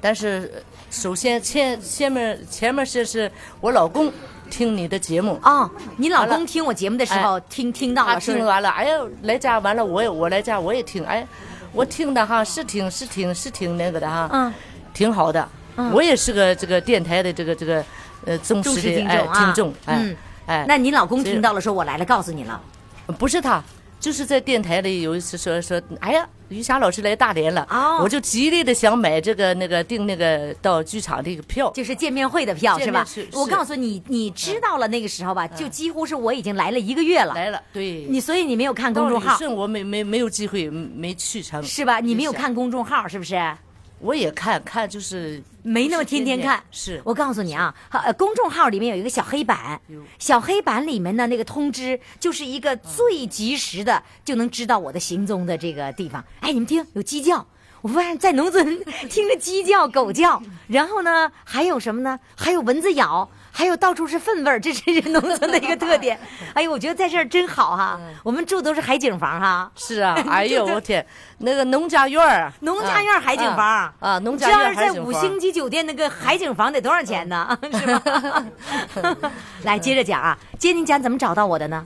Speaker 7: 但是呃首先前前面前面是是我老公听你的节目，
Speaker 2: 哦，你老
Speaker 7: 完
Speaker 2: 公
Speaker 7: 了
Speaker 2: 听我节目的时候，
Speaker 7: 哎
Speaker 2: 听听到
Speaker 7: 他
Speaker 2: 了，
Speaker 7: 听
Speaker 2: 说
Speaker 7: 完了，哎呀，来家完了，我也我来家我也听，哎，我听的哈是挺是挺是挺那个的哈，
Speaker 2: 嗯，
Speaker 7: 挺好的，我也是个这个电台的这个这个呃忠
Speaker 2: 忠
Speaker 7: 实
Speaker 2: 实听
Speaker 7: 的
Speaker 2: 众
Speaker 7: 哎
Speaker 2: 啊，
Speaker 7: 听众，哎
Speaker 2: 嗯
Speaker 7: 哎，
Speaker 2: 那你老公
Speaker 7: 所以
Speaker 2: 听到了，说我来了，告诉你了。
Speaker 7: 不是他，就是在电台里有一次说说，哎呀，于霞老师来大连了，
Speaker 2: 哦
Speaker 7: 我就极力的想买这个那个订那个到剧场的一个票，
Speaker 2: 就是见面会的票
Speaker 7: 见
Speaker 2: 是
Speaker 7: 面
Speaker 2: 吧
Speaker 7: 是？
Speaker 2: 我
Speaker 7: 是
Speaker 2: 告诉你，你知道了那个时候吧，就几乎是我已经来了一个月了。
Speaker 7: 来了，对，
Speaker 2: 你所以你没有看公众
Speaker 7: 到
Speaker 2: 号
Speaker 7: 李顺我没没没有机会没去成，
Speaker 2: 是吧？你没有
Speaker 7: 就想，
Speaker 2: 看公众号是不是？
Speaker 7: 我也看看就是
Speaker 2: 没那么天天看。
Speaker 7: 是
Speaker 2: 我告诉你啊，呃，公众号里面有一个小黑板
Speaker 7: 有，
Speaker 2: 小黑板里面呢那个通知就是一个最及时的，就能知道我的行踪的这个地方。哎，你们听，有鸡叫。我发现，在 农村听着鸡叫、狗叫，然后呢，还有什么呢？还有蚊子咬，还有到处是粪味儿，这 是农村的一个 特点。哎呦，我觉得在这儿真好哈，我们住都是海景房哈，
Speaker 7: 嗯是啊，哎呦我天，那个农家院儿啊，
Speaker 2: 农家院海景房
Speaker 7: 啊啊农家
Speaker 2: 这要
Speaker 7: 院
Speaker 2: 是
Speaker 7: 海
Speaker 2: 在
Speaker 7: 景
Speaker 2: 五
Speaker 7: 房
Speaker 2: 星。级酒店那个海景房得多少 钱呢？是吧？来，接着讲啊，接你讲怎么找到我的呢？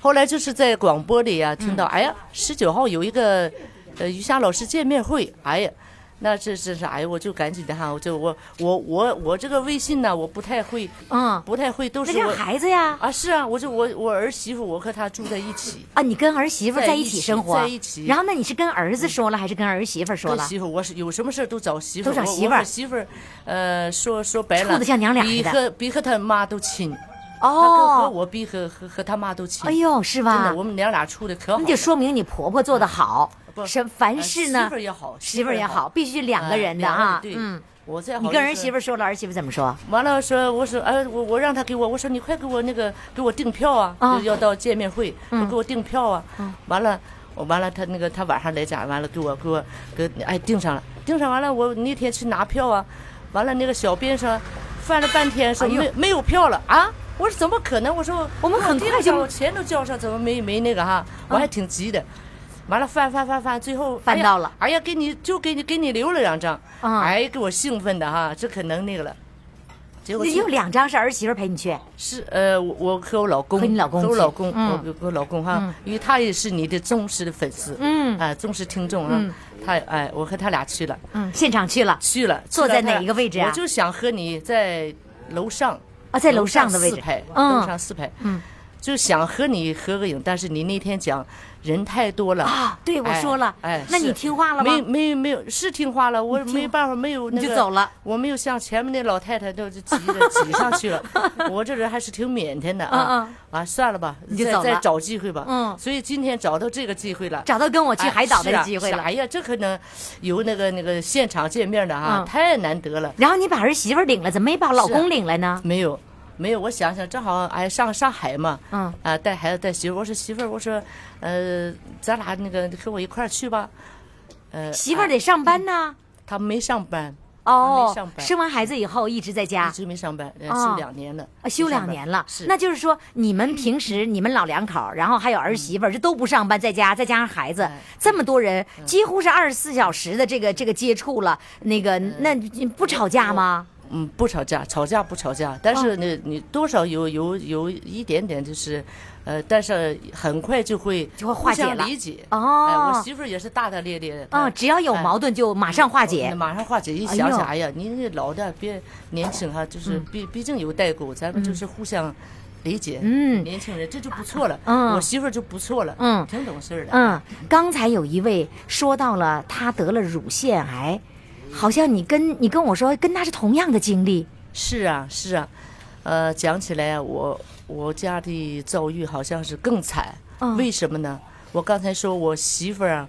Speaker 7: 后来就是在广播里啊，听到、
Speaker 2: 嗯
Speaker 7: 哎呀，十九号有一个呃于霞老师见面会，哎呀，那这真是哎呀，我就赶紧的哈，我就我我我我这个微信呢，我不太会，
Speaker 2: 嗯
Speaker 7: 不太会，都
Speaker 2: 那
Speaker 7: 是
Speaker 2: 让
Speaker 7: 我
Speaker 2: 孩子呀
Speaker 7: 啊，是啊，我就我我儿媳妇，我和她住在一起，
Speaker 2: 啊，你跟儿媳妇
Speaker 7: 在
Speaker 2: 在
Speaker 7: 一
Speaker 2: 一
Speaker 7: 起
Speaker 2: 起生活，
Speaker 7: 在一起
Speaker 2: 然后那你是跟儿子说了，还是跟儿媳妇说
Speaker 7: 跟
Speaker 2: 了？
Speaker 7: 媳妇，我是有什么事儿都找媳妇，
Speaker 2: 都找
Speaker 7: 我
Speaker 2: 媳妇
Speaker 7: 我
Speaker 2: 儿
Speaker 7: 和媳妇儿，呃，说说白了，
Speaker 2: 处得像娘俩
Speaker 7: 比
Speaker 2: 似的
Speaker 7: 和比和他妈都亲，她跟和
Speaker 2: 哦，
Speaker 7: 我比和和和他妈都亲，
Speaker 2: 哎呦，是
Speaker 7: 真的，
Speaker 2: 吧
Speaker 7: 我？们娘俩处的可好了，
Speaker 2: 那就说明你婆婆做的好
Speaker 7: 不，
Speaker 2: 是
Speaker 7: 呃
Speaker 2: 凡事呢
Speaker 7: 媳妇儿，也好，
Speaker 2: 媳妇儿也
Speaker 7: 好
Speaker 2: 好，。必须两个
Speaker 7: 哎
Speaker 2: 人的
Speaker 7: 两个
Speaker 2: 啊。
Speaker 7: 对，
Speaker 2: 嗯，
Speaker 7: 我再好
Speaker 2: 你
Speaker 7: 就
Speaker 2: 跟
Speaker 7: 是
Speaker 2: 儿媳妇说了，儿媳妇怎么说？
Speaker 7: 完了说，我说，哎，我我让他给我，我说你快给我那个给我订票啊，
Speaker 2: 啊嗯
Speaker 7: 就要到见面会，说给我订票啊。完了，我完了，他那个他晚上来家，完了给我给我给哎订上了，订上完了，我那天去拿票啊，完了那个小编说，翻了半天说
Speaker 2: 哎呦
Speaker 7: 没、没有票了啊。我说怎么可能？我说
Speaker 2: 我们很
Speaker 7: 订
Speaker 2: 快就啊
Speaker 7: 上我钱都交上，怎么没没那个哈？我还挺急的。完了翻翻翻翻，最后
Speaker 2: 翻
Speaker 7: 哎呀
Speaker 2: 到了
Speaker 7: 哎呀，给你就给你给你留了两张，
Speaker 2: 啊
Speaker 7: 哎，给我兴奋的哈，这可能那个了。结果
Speaker 2: 那
Speaker 7: 去
Speaker 2: 有两张是儿媳妇陪你去，
Speaker 7: 是呃，我我和我老公，
Speaker 2: 和你老公
Speaker 7: 和我
Speaker 2: 去
Speaker 7: 老公，
Speaker 2: 嗯
Speaker 7: 我我和我老公哈，因为他也是你的忠实的粉丝，
Speaker 2: 嗯
Speaker 7: 啊，忠实听众啊，他哎，我和他俩去了，
Speaker 2: 嗯，现场去了。
Speaker 7: 去了，
Speaker 2: 坐
Speaker 7: 去了
Speaker 2: 在
Speaker 7: 他俩
Speaker 2: 哪一个位置啊
Speaker 7: 我就想和你在楼上
Speaker 2: 啊在楼上的位置
Speaker 7: 四排，
Speaker 2: 嗯
Speaker 7: 楼上四排，嗯，就想和你合个影，但是你那天讲人太多了
Speaker 2: 啊对我
Speaker 7: 哎
Speaker 2: 说了
Speaker 7: 哎，
Speaker 2: 那你
Speaker 7: 是
Speaker 2: 听话了吗
Speaker 7: 没没没有，是听话了，我没办法，没有那
Speaker 2: 你
Speaker 7: 个
Speaker 2: 就走了，
Speaker 7: 我没有像前面那老太太都就急着挤上去了，我这人还是挺腼腆的啊
Speaker 2: 嗯
Speaker 7: 啊，算了吧，
Speaker 2: 就
Speaker 7: 再
Speaker 2: 走
Speaker 7: 再
Speaker 2: 了
Speaker 7: 找机会吧，
Speaker 2: 嗯
Speaker 7: 所以今天找到这个机会了，
Speaker 2: 找到跟我去
Speaker 7: 哎
Speaker 2: 海岛
Speaker 7: 是
Speaker 2: 的
Speaker 7: 啊
Speaker 2: 机会
Speaker 7: 是
Speaker 2: 了
Speaker 7: 啊。哎呀，这可能有那个那个现场见面的哈，
Speaker 2: 嗯
Speaker 7: 太难得了。
Speaker 2: 然后你把儿媳妇儿领了，怎么没把
Speaker 7: 啊
Speaker 2: 老公领来呢？
Speaker 7: 没有，没有，我想想，正好哎上上海嘛，
Speaker 2: 嗯
Speaker 7: 啊带孩子带媳妇儿，我说媳妇儿，我说呃咱俩那个和我一块儿去吧，呃
Speaker 2: 媳妇儿
Speaker 7: 啊
Speaker 2: 得上班呢。
Speaker 7: 她没上班，
Speaker 2: 哦
Speaker 7: 没上，班
Speaker 2: 生完孩子以后一直在家
Speaker 7: 一，直没上班，呃
Speaker 2: 哦
Speaker 7: 休两年了，
Speaker 2: 啊，休
Speaker 7: 没上
Speaker 2: 两
Speaker 7: 班
Speaker 2: 年了。
Speaker 7: 是嗯
Speaker 2: 那就是说，你们平时你们老两口儿，然后还有儿媳妇儿，这都不上班，在家，再加上孩子，
Speaker 7: 哎
Speaker 2: 这么多人，
Speaker 7: 嗯
Speaker 2: 几乎是二十四小时的这个这个接触了。那个，那你不吵架吗？
Speaker 7: 嗯，
Speaker 2: 哦
Speaker 7: 不吵架，吵架不吵架，但是呢，你多少有有有一点点就是，呃，但是很快就会
Speaker 2: 就会 化解
Speaker 7: 互相
Speaker 2: 了
Speaker 7: 理解。
Speaker 2: 哦
Speaker 7: 哎，我媳妇儿也是大大咧咧的。她
Speaker 2: 啊，只要有
Speaker 7: 哎
Speaker 2: 矛盾就马上化解。
Speaker 7: 马上化解。一
Speaker 2: 哎
Speaker 7: 想
Speaker 2: 呦
Speaker 7: 想，哎呀，您这老的别年轻哈，就是毕毕竟有代沟，咱们就是互相理解。
Speaker 2: 嗯
Speaker 7: 年轻人这就不错了。
Speaker 2: 嗯
Speaker 7: 我媳妇儿就不错了。
Speaker 2: 嗯
Speaker 7: 挺懂事儿的。
Speaker 2: 嗯，刚才有一位说到了他得了乳腺癌，好像你跟你跟我说跟他是同样的经历。
Speaker 7: 是啊，是啊，呃，讲起来啊，我我家的遭遇好像是更惨，
Speaker 2: 嗯
Speaker 7: 为什么呢？我刚才说我媳妇儿啊，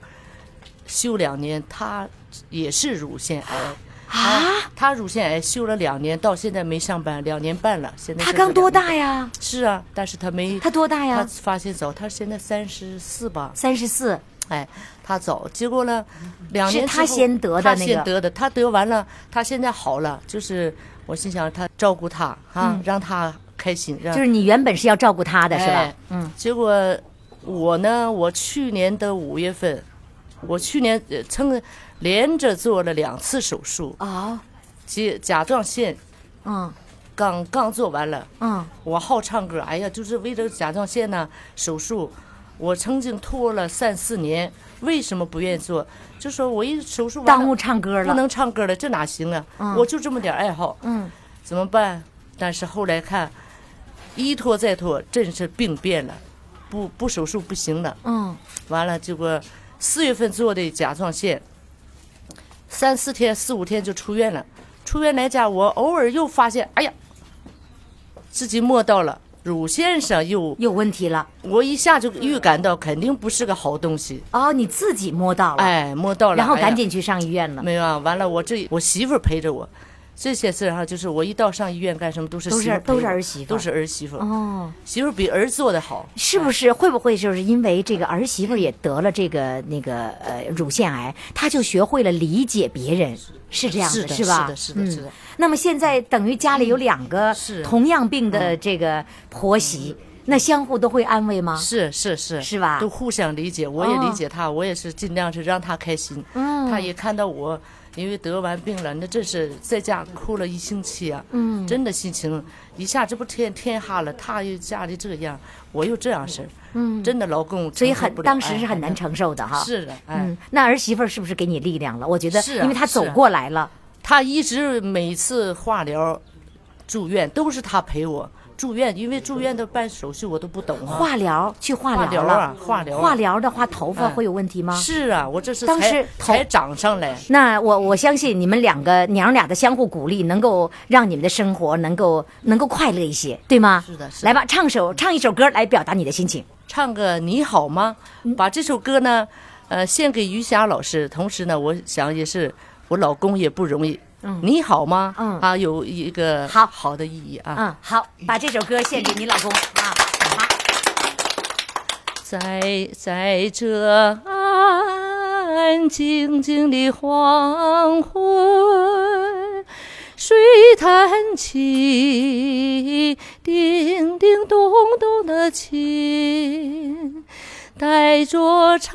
Speaker 7: 休两年，她也是乳腺癌啊，她乳腺癌休了两年，到现在没上班，两年半了，现在
Speaker 2: 他
Speaker 7: 是
Speaker 2: 刚多
Speaker 7: 两年
Speaker 2: 大呀？
Speaker 7: 是啊，但是她没
Speaker 2: 他多大
Speaker 7: 她
Speaker 2: 呀？
Speaker 7: 发现早，她现在三十四吧，
Speaker 2: 三十四。
Speaker 7: 哎，她早，结果呢，两
Speaker 2: 是
Speaker 7: 年
Speaker 2: 她
Speaker 7: 之后
Speaker 2: 先得的
Speaker 7: 她
Speaker 2: 那个
Speaker 7: 先得的，她得完了，她现在好了，就是我心想，她照顾她啊，让她开心，让
Speaker 2: 嗯就是你原本是要照顾他的是吧
Speaker 7: 哎？
Speaker 2: 嗯，
Speaker 7: 结果我呢，我去年的五月份，我去年呃曾连着做了两次手术，
Speaker 2: 哦，
Speaker 7: 甲甲状腺
Speaker 2: 嗯
Speaker 7: 刚刚做完了，
Speaker 2: 嗯，
Speaker 7: 我好唱歌，哎呀，就是为了甲状腺呢手术，我曾经拖了三四年，为什么不愿意做？就说我一手术完了
Speaker 2: 耽误唱歌
Speaker 7: 不
Speaker 2: 了。
Speaker 7: 能唱歌了，这哪行啊？
Speaker 2: 嗯
Speaker 7: 我就这么点爱好，
Speaker 2: 嗯，
Speaker 7: 怎么办？但是后来看，一拖再拖，真是病变了，不不手术不行了。
Speaker 2: 嗯
Speaker 7: 完了，结果四月份做的甲状腺，三四天、四五天就出院了。出院来家，我偶尔又发现，哎呀，自己摸到了乳腺上又，
Speaker 2: 有问题了。
Speaker 7: 我一下就预感到肯定不是个好东西，
Speaker 2: 哦，你自己摸到了，
Speaker 7: 哎，摸到了，
Speaker 2: 然后
Speaker 7: 哎呀
Speaker 2: 赶紧去上医院了。
Speaker 7: 没有啊，完了，我这我媳妇儿陪着我，这些事儿、哈，就是我一到上医院干什么都是
Speaker 2: 都是
Speaker 7: 媳妇儿陪着
Speaker 2: 都是儿媳妇儿
Speaker 7: 都是儿媳妇儿，
Speaker 2: 哦，
Speaker 7: 媳妇儿比儿做的好，
Speaker 2: 是不是会不会就是因为这个儿媳妇也得了这个那个呃乳腺癌，她就学会了理解别人，是这样
Speaker 7: 是的
Speaker 2: 是吧？
Speaker 7: 是的是的
Speaker 2: 嗯
Speaker 7: 是的嗯
Speaker 2: 那么现在等于家里有两个
Speaker 7: 是嗯
Speaker 2: 同样病的这个婆媳，那相互都会安慰吗？
Speaker 7: 是是是
Speaker 2: 是吧
Speaker 7: 都互相理解，我也
Speaker 2: 哦
Speaker 7: 理解她，我也是尽量是让她开心，
Speaker 2: 嗯
Speaker 7: 她也看到我。因为得完病了，那真是在家哭了一星期啊！嗯，真的心情一下，这不天天哈了，她又家里这样，我又这样式儿，嗯，真的老公
Speaker 2: 所以
Speaker 7: 承受
Speaker 2: 很
Speaker 7: 不了
Speaker 2: 当时
Speaker 7: 哎
Speaker 2: 是很难
Speaker 7: 哎
Speaker 2: 承受的哈。
Speaker 7: 是的，哎，
Speaker 2: 嗯，那儿媳妇儿是不是给你力量了？我觉得，
Speaker 7: 是啊
Speaker 2: 因为她走
Speaker 7: 是啊
Speaker 2: 过来了，
Speaker 7: 他一直每次化疗、住院都是他陪我住院，因为住院的办手续我都不懂啊。
Speaker 2: 化疗去化
Speaker 7: 化疗
Speaker 2: 了，
Speaker 7: 啊，化疗啊，
Speaker 2: 化疗的话头发
Speaker 7: 哎
Speaker 2: 会有问题吗？
Speaker 7: 是啊，我这是
Speaker 2: 当时
Speaker 7: 才
Speaker 2: 头
Speaker 7: 才长上来。
Speaker 2: 那我我相信你们两个娘俩的相互鼓励，能够让你们的生活能够能够快乐一些，对吗？
Speaker 7: 是的是的嗯
Speaker 2: 来吧，唱首唱一首歌来表达你的心情。嗯
Speaker 7: 唱个你好吗？把这首歌呢，呃，献给于霞老师。同时呢，我想也是我老公也不容易。
Speaker 2: 嗯
Speaker 7: 你好吗？
Speaker 2: 嗯
Speaker 7: 啊，有一个
Speaker 2: 好
Speaker 7: 好的意义啊。
Speaker 2: 嗯，好，把这首歌献给你老公啊。好
Speaker 7: 在在这安静静的黄昏，水弹起叮叮咚咚的琴，带着缠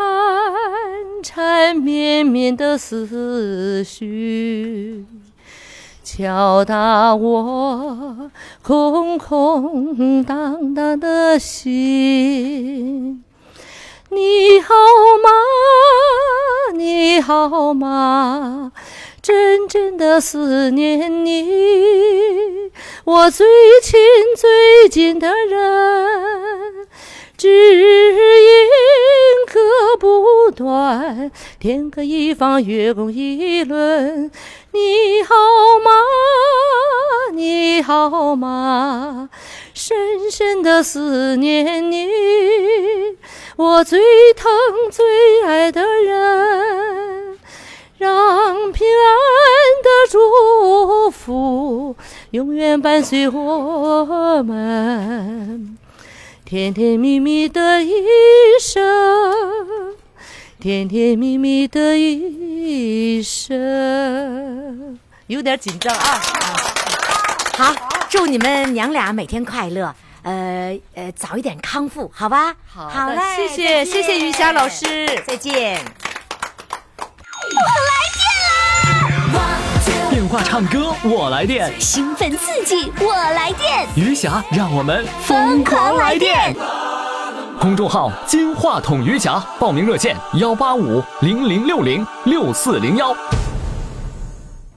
Speaker 7: 缠绵绵的思绪。敲打我空空荡荡的心。你好吗？你好吗？真正的思念你，我最亲最近的人，只因隔不短，天各一方，月共一轮。你好吗？你好吗？深深的思念你，我最疼最爱的人，让平安的祝福永远伴随我们，甜甜蜜蜜的一生，甜甜蜜蜜的一生。 有点紧张啊！
Speaker 2: 好，祝你们娘俩每天快乐，呃呃，早一点康复，好吧？好好嘞，
Speaker 7: 谢谢谢谢于霞老师。
Speaker 2: 再见。
Speaker 4: 电话唱歌我来电，
Speaker 5: 兴奋刺激，我来电！
Speaker 4: 余霞让我们
Speaker 5: 疯狂来电！
Speaker 4: 公众号“金话筒余霞”，报名热线：幺八五零零六零六四零幺。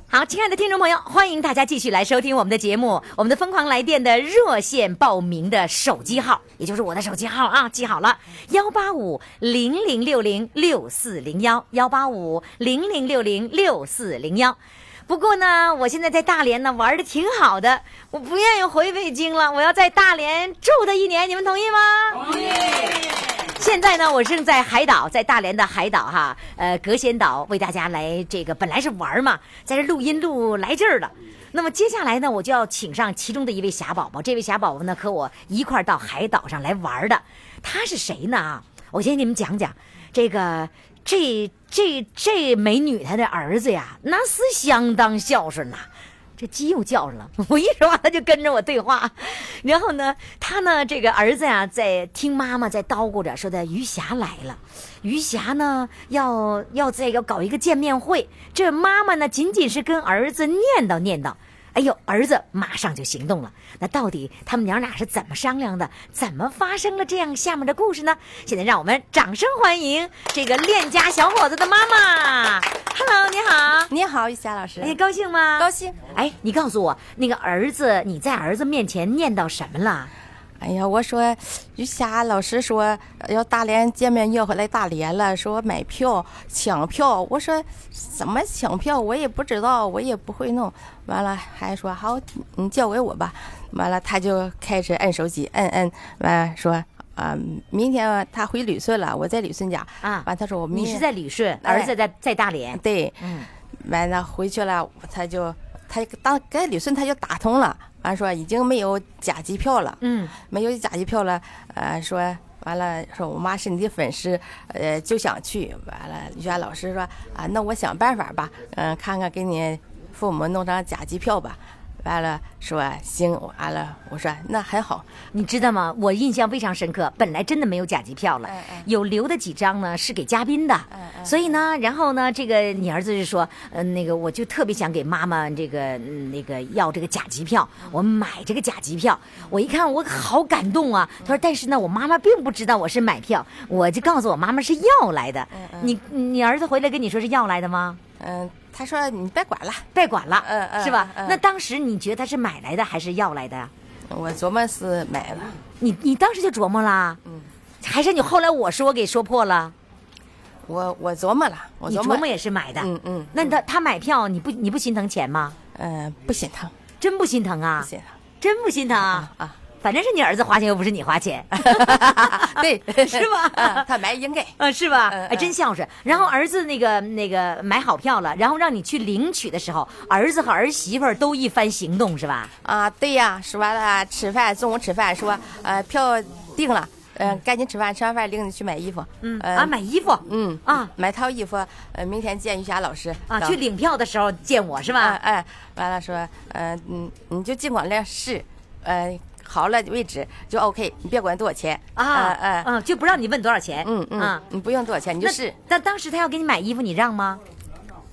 Speaker 2: 好，亲爱的听众朋友，欢迎大家继续来收听我们的节目。我们的疯狂来电的热线报名的手机号，也就是我的手机号啊，记好了，幺八五零零六零六四零幺，幺八五零零六零六四零幺。不过呢，我现在在大连呢玩的挺好的，我不愿意回北京了，我要在大连住他一年，你们同意吗？同意。现在呢，我正在海岛，在大连的海岛哈，呃，隔仙岛为大家来这个，本来是玩嘛，在这录音录来这儿了。那么接下来呢，我就要请上其中的一位霞宝宝，这位霞宝宝呢和我一块儿到海岛上来玩的，她是谁呢？啊，我先给你们讲讲这个这这这美女她的儿子呀，那是相当孝顺呐、这鸡又叫上了，我一说话他就跟着我对话。然后呢，他呢这个儿子呀、在听妈妈在叨咕着，说的余霞来了，余霞呢要要这要搞一个见面会，这妈妈呢仅仅是跟儿子念叨念叨。哎呦，儿子马上就行动了。那到底他们娘俩是怎么商量的？怎么发生了这样下面的故事呢？现在让我们掌声欢迎这个恋家小伙子的妈妈。Hello，你好。
Speaker 8: 你好，玉霞老师。
Speaker 2: 哎，高兴吗？
Speaker 8: 高兴。
Speaker 2: 哎，你告诉我，那个儿子，你在儿子面前念叨什么了？
Speaker 8: 哎呀，我说于霞老师说呃要大连见面约回来大连了，说买票抢票。我说怎么抢票我也不知道，我也不会弄。完了还说好，你交给我吧。完了他就开始摁手机，摁摁。完了说啊、明天他回旅顺了，我在旅顺家。
Speaker 2: 啊
Speaker 8: 完他说我明
Speaker 2: 你
Speaker 8: 天
Speaker 2: 是在旅顺，
Speaker 8: 哎
Speaker 2: 儿子在在大连。
Speaker 8: 对，
Speaker 2: 嗯，
Speaker 8: 完了回去了，他就他当跟李顺他就打通了，完说已经没有假机票了，
Speaker 2: 嗯，
Speaker 8: 没有假机票了，呃，说完了说我妈是你的粉丝，呃，就想去，完了于霞老师说啊，那我想办法吧，嗯、看看给你父母弄张假机票吧，完了说行，完了我说哎那很好，
Speaker 2: 你知道吗？我印象非常深刻。本来真的没有假机票
Speaker 8: 嗯
Speaker 2: 了，有留的几张呢是给嘉宾的。所以呢，然后呢，这个你儿子就说，呃，那个我就特别想给妈妈这个嗯那个要这个假机票，
Speaker 8: 嗯
Speaker 2: 我买这个假机票。我一看我好感动啊！
Speaker 8: 嗯
Speaker 2: 他说，但是呢，我妈妈并不知道我是买票，我就告诉我妈妈是要来的。你你儿子回来跟你说是要来的吗？
Speaker 8: 嗯、他说你别管了，
Speaker 2: 别管了，
Speaker 8: 嗯嗯
Speaker 2: 是吧？
Speaker 8: 嗯
Speaker 2: 那当时你觉得他是买来的还是要来的？啊
Speaker 8: 我琢磨是买了。嗯
Speaker 2: 你你当时就琢磨啦，还是你后来我说给说破了？
Speaker 8: 我我琢磨了，我
Speaker 2: 你
Speaker 8: 琢
Speaker 2: 琢磨也是买的，
Speaker 8: 嗯嗯
Speaker 2: 那他他买票，你不你不心疼钱吗？
Speaker 8: 嗯、不心疼，
Speaker 2: 真不心疼啊？
Speaker 8: 不心疼。
Speaker 2: 真不心疼啊？
Speaker 8: 啊
Speaker 2: 反正是你儿子花钱，又不是你花 钱，
Speaker 8: 对，
Speaker 2: 啊是吧
Speaker 8: 嗯他买应该。
Speaker 2: 啊，是吧？
Speaker 8: 嗯嗯
Speaker 2: 哎，真孝顺。然后儿子那个那个买好票了，然后让你去领取的时候，儿子和儿媳妇儿都一番行动，是吧？
Speaker 8: 啊，对呀，说完了吃饭，中午吃饭说，呃，票定了，呃，赶紧吃饭，吃完饭领你去买衣服，
Speaker 2: 嗯
Speaker 8: 呃、
Speaker 2: 啊，买衣服，
Speaker 8: 嗯
Speaker 2: 啊
Speaker 8: 买套衣服，呃，明天见于霞老师
Speaker 2: 啊，
Speaker 8: 等
Speaker 2: 去领票的时候见我是
Speaker 8: 啊，
Speaker 2: 吧？
Speaker 8: 哎，完了说，呃，嗯，你就尽管来试，呃，好了位置就 OK，你别管多少钱
Speaker 2: 啊
Speaker 8: 呃呃
Speaker 2: 嗯，就不让你问多少钱，
Speaker 8: 嗯嗯，
Speaker 2: 啊。
Speaker 8: 你不用多少钱，你就
Speaker 2: 那
Speaker 8: 试。
Speaker 2: 但当时他要给你买衣服，你让吗？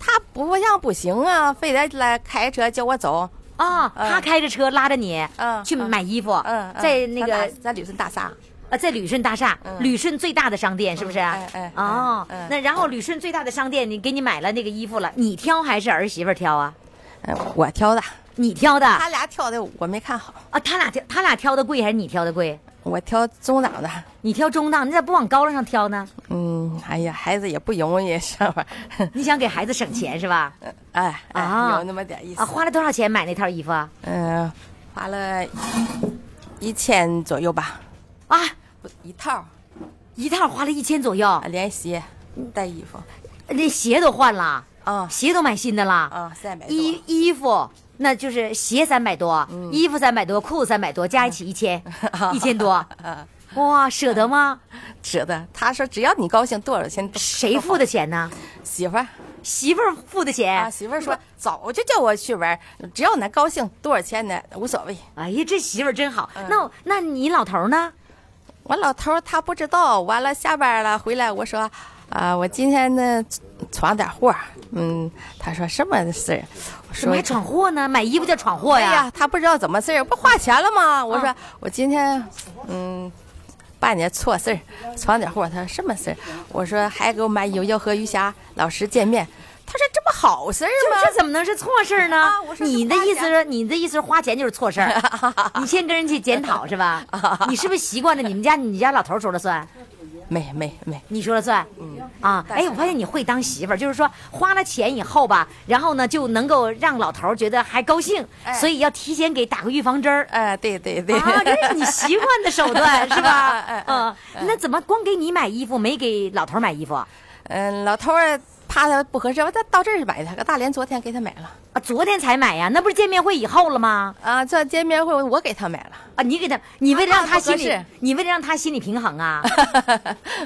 Speaker 8: 他不让不行啊，非得来开车叫我走，
Speaker 2: 啊，他开着车拉着你，
Speaker 8: 嗯
Speaker 2: 去买衣服，
Speaker 8: 嗯，嗯
Speaker 2: 在那
Speaker 8: 咱
Speaker 2: 个
Speaker 8: 大咱旅顺大厦，
Speaker 2: 呃，在旅顺大厦，旅顺最大的商店是不是？
Speaker 8: 哎哎哎
Speaker 2: 哦
Speaker 8: 哎，
Speaker 2: 那然后旅顺最大的商店，你给你买了那个衣服了，你挑还是儿媳妇儿挑啊？
Speaker 8: 呃我挑的，
Speaker 2: 你挑的啊？
Speaker 8: 他俩挑的我没看好，
Speaker 2: 他俩挑，他俩挑的贵还是你挑的贵？
Speaker 8: 我挑中档的。
Speaker 2: 你挑中档，你咋不往高了上挑呢？
Speaker 8: 嗯，哎呀，孩子也不容易，是吧？
Speaker 2: 你想给孩子省钱是吧？
Speaker 8: 哎，哎
Speaker 2: 啊
Speaker 8: 有那么 点意思
Speaker 2: 啊，花了多少钱买那套衣服啊？
Speaker 8: 嗯、花了一千左右吧，
Speaker 2: 啊，
Speaker 8: 不一套
Speaker 2: 一套花了一千左右
Speaker 8: 啊，连鞋带衣服
Speaker 2: 那鞋都换了，
Speaker 8: 啊
Speaker 2: 鞋都买新的了。
Speaker 8: 啊，三百多。嗯
Speaker 2: 衣衣服，那就是鞋三百多，衣服三百多，裤子三百多，加一起一 千，一千多，哇，舍得吗？
Speaker 8: 指的，他说只要你高兴，多少钱都
Speaker 2: 谁付的钱呢？
Speaker 8: 媳妇儿
Speaker 2: 媳妇儿付的钱。
Speaker 8: 啊，媳妇儿说早就叫我去玩，只要你高兴，多少钱呢无所谓。嗯
Speaker 2: 哎呀，这媳妇儿真好。那那你老头儿呢？
Speaker 8: 我老头儿他不知道，完了下班了回来，我说，啊、我今天呢闯点祸儿，嗯，他说什么事儿？我
Speaker 2: 怎么
Speaker 8: 说
Speaker 2: 还闯祸呢？买衣服叫闯祸
Speaker 8: 哎
Speaker 2: 呀？啊
Speaker 8: 呀，他不知道怎么事儿，不花钱了吗？我说、我今天，嗯，办点错事儿，闯点祸。他说什么事儿？我说还给我买油要和余霞老师见面。他说这不好事儿吗？
Speaker 2: 这怎么能是错事儿呢？
Speaker 8: 啊我说是
Speaker 2: 你的
Speaker 8: 花
Speaker 2: 意思
Speaker 8: 钱
Speaker 2: 是，你的意思是花钱就是错事 儿，你先跟人去检讨是吧？你是不是习惯了你们家你家老头儿说了算，
Speaker 8: 没没没，
Speaker 2: 你说了算？嗯啊，哎，我发现你会当媳妇儿，就是说花了钱以后吧，然后呢就能够让老头儿觉得还高兴，
Speaker 8: 哎
Speaker 2: 所以要提前给打个预防针儿。
Speaker 8: 哎、对对对，
Speaker 2: 啊，这是你习惯的手段是吧
Speaker 8: 哎？
Speaker 2: 嗯，那怎么光给你买衣服，没给老头儿买衣服啊？
Speaker 8: 嗯，老头儿怕他不合适，我再到这儿买的，搁大连昨天给他买了
Speaker 2: 啊昨天才买呀，那不是见面会以后了吗？
Speaker 8: 啊，这见面会我给他买了。
Speaker 2: 啊，你给他，你为了让他
Speaker 8: 他
Speaker 2: 心
Speaker 8: 怕
Speaker 2: 里
Speaker 8: 不合适，
Speaker 2: 你为了让他心里平衡 啊，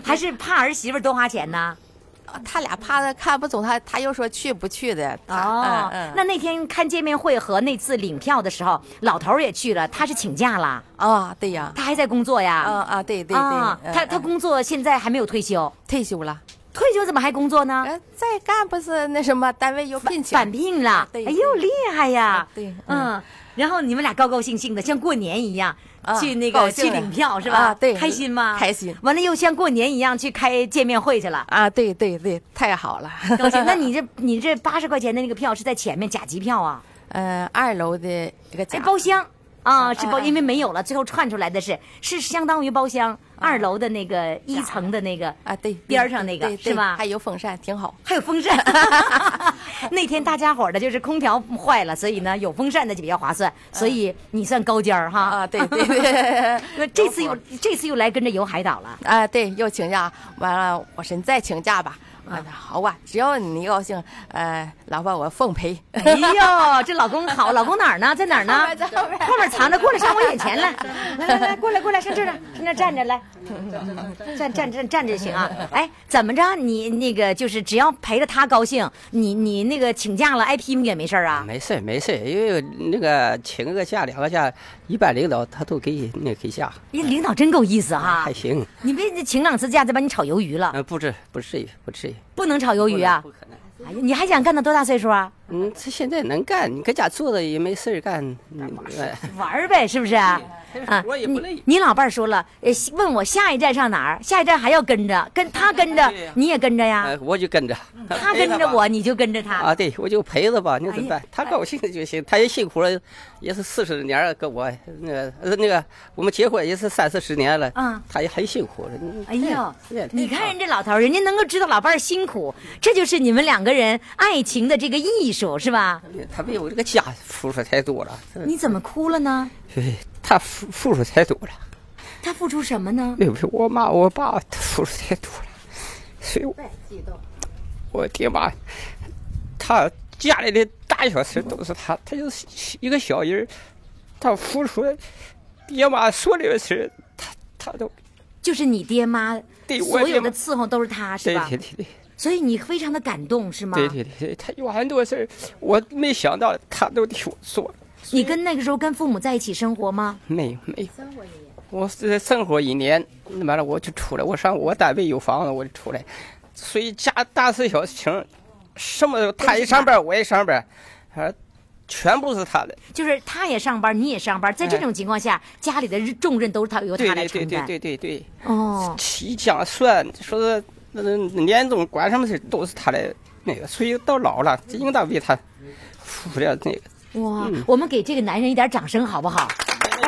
Speaker 2: 还是怕儿媳妇儿多花钱呢？
Speaker 8: 他俩怕他看不懂他，他又说去不去的。他
Speaker 2: 哦，
Speaker 8: 嗯
Speaker 2: 那
Speaker 8: 嗯
Speaker 2: 那天看见面会和那次领票的时候，老头儿也去了，他是请假了，
Speaker 8: 啊，对呀，
Speaker 2: 他还在工作呀。
Speaker 8: 啊啊，对对对，
Speaker 2: 啊
Speaker 8: 嗯
Speaker 2: 他他
Speaker 8: 嗯
Speaker 2: 工作现在还没有退休，
Speaker 8: 退休了，
Speaker 2: 退休怎么还工作呢？
Speaker 8: 呃，再干不是那什么，单位有聘请，
Speaker 2: 返聘了，
Speaker 8: 对啊
Speaker 2: 哎呦，厉害呀！
Speaker 8: 对
Speaker 2: 嗯，然后你们俩高高兴兴的，像过年一样
Speaker 8: 啊
Speaker 2: 去那
Speaker 8: 高
Speaker 2: 个
Speaker 8: 兴
Speaker 2: 去
Speaker 8: 了
Speaker 2: 领票是吧
Speaker 8: 啊？对
Speaker 2: 开心吗？
Speaker 8: 开心
Speaker 2: 完了又像过年一样去开见面会去了。
Speaker 8: 啊，对对对，太好了。
Speaker 2: 高兴，那 你这你这八十块钱的那个票是在前面甲级票啊？
Speaker 8: 嗯，二楼的一个
Speaker 2: 哎，
Speaker 8: 家，
Speaker 2: 包厢啊，是包，因为没有了，最后串出来的是是相当于包厢二楼的那个一层的那个
Speaker 8: 啊，对，
Speaker 2: 边儿上那
Speaker 8: 对
Speaker 2: 个
Speaker 8: 对
Speaker 2: 是吧？
Speaker 8: 还有风扇，挺好。
Speaker 2: 还有风扇。 那天大家伙儿的就是空调坏了，所以呢有风扇的就比较划算，所以你算高尖儿哈。
Speaker 8: 嗯啊对 对对
Speaker 2: 那这次又这次又来跟着游海岛了。
Speaker 8: 啊，对，又请假，完了，我说你再请假吧。啊，好啊，只要你高兴，呃，老婆我奉陪。
Speaker 2: 哎呦，这老公好，老公哪儿呢？在 哪儿呢？
Speaker 8: 后面在后面
Speaker 2: 藏着，过来上我眼 前来， 来来来，过来过来，上这儿来，上这儿站着来，站站站站着行 啊。哎，怎么着？你那个就是只要陪着他高兴，你你那个请假了挨批评也没事儿
Speaker 8: 嗯
Speaker 2: 啊？
Speaker 9: 没事儿没事儿，因为那个请个假两个假，一般领导他都给那给下，
Speaker 2: 你哎领导真够意思哈
Speaker 9: 还！行。
Speaker 2: 你别请两次假，再把你炒鱿鱼了，
Speaker 9: 嗯，不至不至于不至于。
Speaker 2: 啊不能炒鱿鱼啊
Speaker 9: 不！可能。
Speaker 2: 哎呀，你还想干到多大岁数啊？
Speaker 9: 嗯，这现在能干，你搁家坐着也没事儿干。嗯哎
Speaker 2: 玩儿呗，是不是啊？啊，
Speaker 9: 我也不累
Speaker 2: 你你老伴儿说了，呃，问我下一站上哪儿，下一站还要跟着，跟他跟着
Speaker 9: 对呀，
Speaker 2: 你也跟着呀
Speaker 9: 哎，。我就跟着
Speaker 2: 嗯他
Speaker 9: 陪
Speaker 2: 跟着
Speaker 9: 吧
Speaker 2: 我，你就跟着
Speaker 9: 啊，
Speaker 2: 他。
Speaker 9: 对，我就陪着吧，那怎么
Speaker 2: 哎
Speaker 9: 办？他高兴就行，他也辛苦了，也是四十年了，跟我那个呃那个，我们结婚也是三四十年了，
Speaker 2: 嗯
Speaker 9: 他也很辛苦了。嗯
Speaker 2: 哎呦
Speaker 9: 这也，
Speaker 2: 你看人这老头儿，人家能够知道老伴儿辛苦，这就是你们两个人爱情的这个艺术，是吧？
Speaker 9: 他为我这个家付出太多了，这
Speaker 2: 你怎么哭了呢？
Speaker 9: 对他付付出太多了，
Speaker 2: 他付出什么呢？
Speaker 9: 对不对？我妈我爸他付出太多了，所以我我爹妈，他家里的大小事都是他，他就是一个小人儿，他付出了爹妈所有的事，他他都
Speaker 2: 就是你爹妈
Speaker 9: 对我
Speaker 2: 所有
Speaker 9: 爹
Speaker 2: 的
Speaker 9: 妈
Speaker 2: 伺候都是他，是
Speaker 9: 对
Speaker 2: 吧
Speaker 9: 对？对对。
Speaker 2: 所以你非常的感动，是吗？
Speaker 9: 对对对，他有很多事儿，我没想到他都替我做了。
Speaker 2: 你跟那个时候跟父母在一起生活吗？
Speaker 9: 没有没有，我是生活一年，完了我就出来，我上我单位有房子，我就出来，所以家大事小情，什么他一上班我也上班，啊，全部是他的。
Speaker 2: 就是他也上班，你也上班，在这种情况下，家里的日重任都是他由
Speaker 9: 对
Speaker 2: 他来
Speaker 9: 对对
Speaker 2: 承
Speaker 9: 对
Speaker 2: 担。
Speaker 9: 对对对，
Speaker 2: 哦，
Speaker 9: 起讲算说是那那年终管什么事都是他来那个，所以到老了应当为他付出点那个。
Speaker 2: 哇，
Speaker 9: 嗯
Speaker 2: 我们给这个男人一点掌声好不好？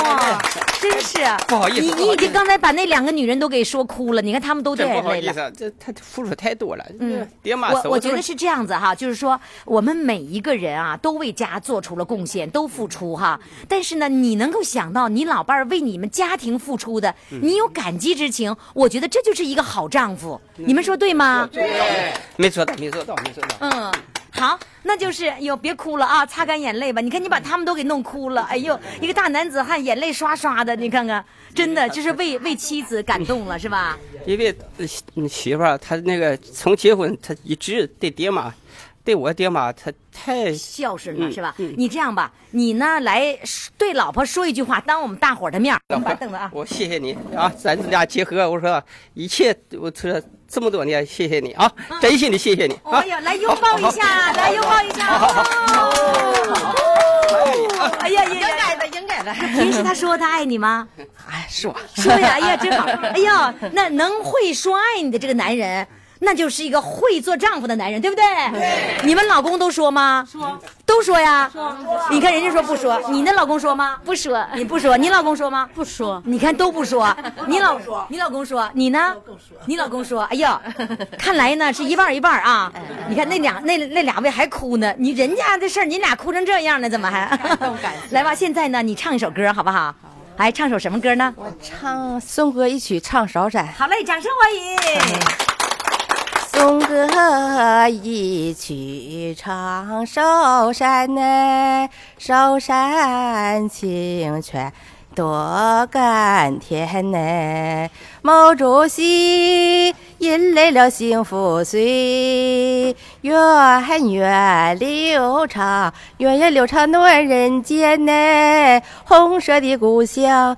Speaker 2: 哇，真是啊
Speaker 9: 不好意思
Speaker 2: 你
Speaker 9: 不好
Speaker 2: 你已
Speaker 9: 意思
Speaker 2: 经刚才把那两个女人都给说哭了，你看他们都掉
Speaker 9: 这不
Speaker 2: 眼
Speaker 9: 好
Speaker 2: 泪
Speaker 9: 意
Speaker 2: 了
Speaker 9: 思。啊，这他付出太多了。
Speaker 2: 嗯，
Speaker 9: 爹妈
Speaker 2: 我
Speaker 9: 手
Speaker 2: 我
Speaker 9: 都
Speaker 2: 觉得是这样子哈，就是说我们每一个人啊，都为家做出了贡献，都付出哈。但是呢，你能够想到你老伴儿为你们家庭付出的，你有感激之情，我觉得这就是一个好丈夫，你们说对吗？
Speaker 9: 没做到，没做到，没做到。
Speaker 2: 嗯，好，那就是哟，别哭了啊，擦干眼泪吧。你看你把他们都给弄哭了，哎呦，一个大男子汉眼泪刷刷的，你看看，真的就是为为妻子感动了，是吧？
Speaker 9: 嗯因为呃媳你媳妇儿她那个从结婚，她一直对爹妈、对我爹妈，他太
Speaker 2: 孝顺了是吧？你这样吧，你呢来呃对老婆说一句话，当我们大伙儿的面 儿，
Speaker 9: 老
Speaker 2: 把
Speaker 9: 婆
Speaker 2: 凳子啊，
Speaker 9: 我谢谢你啊，咱俩结合，我说一切，我说这么多年，谢谢你啊，
Speaker 2: 嗯
Speaker 9: 真心的谢谢你啊
Speaker 2: 哎，呀，来拥抱一下，哎来拥抱一下。哦哎呀，应该的，应该的。平时他说他爱你 吗？
Speaker 8: 哎，说
Speaker 2: 说呀，哎呀，真好。哎呀，那能会说爱你的这个男人，那就是一个会做丈夫的男人，对不对？你们老公都说吗？说，都说呀。说，你看人家说不说，你那老公说吗？
Speaker 5: 不说，
Speaker 2: 你不说，你老公说吗？
Speaker 3: 不说，
Speaker 2: 你看都不说，你哎老你老公说，你呢？你老公 说，哎呀，看来呢是一半儿一半儿啊。你看那俩那那俩位还哭呢，你人家的事儿，你俩哭成这样呢，怎么还？ 来吧，现在呢，你唱一首歌好不好？哎，唱首什么歌呢？
Speaker 8: 唱松歌嗯一曲唱少载，
Speaker 2: 好嘞，掌声欢迎！
Speaker 8: 松歌一曲唱寿山呢，寿山清泉多甘甜呢。毛主席引来了幸福岁，源远流长，源远流长暖人间呢。红色的故乡。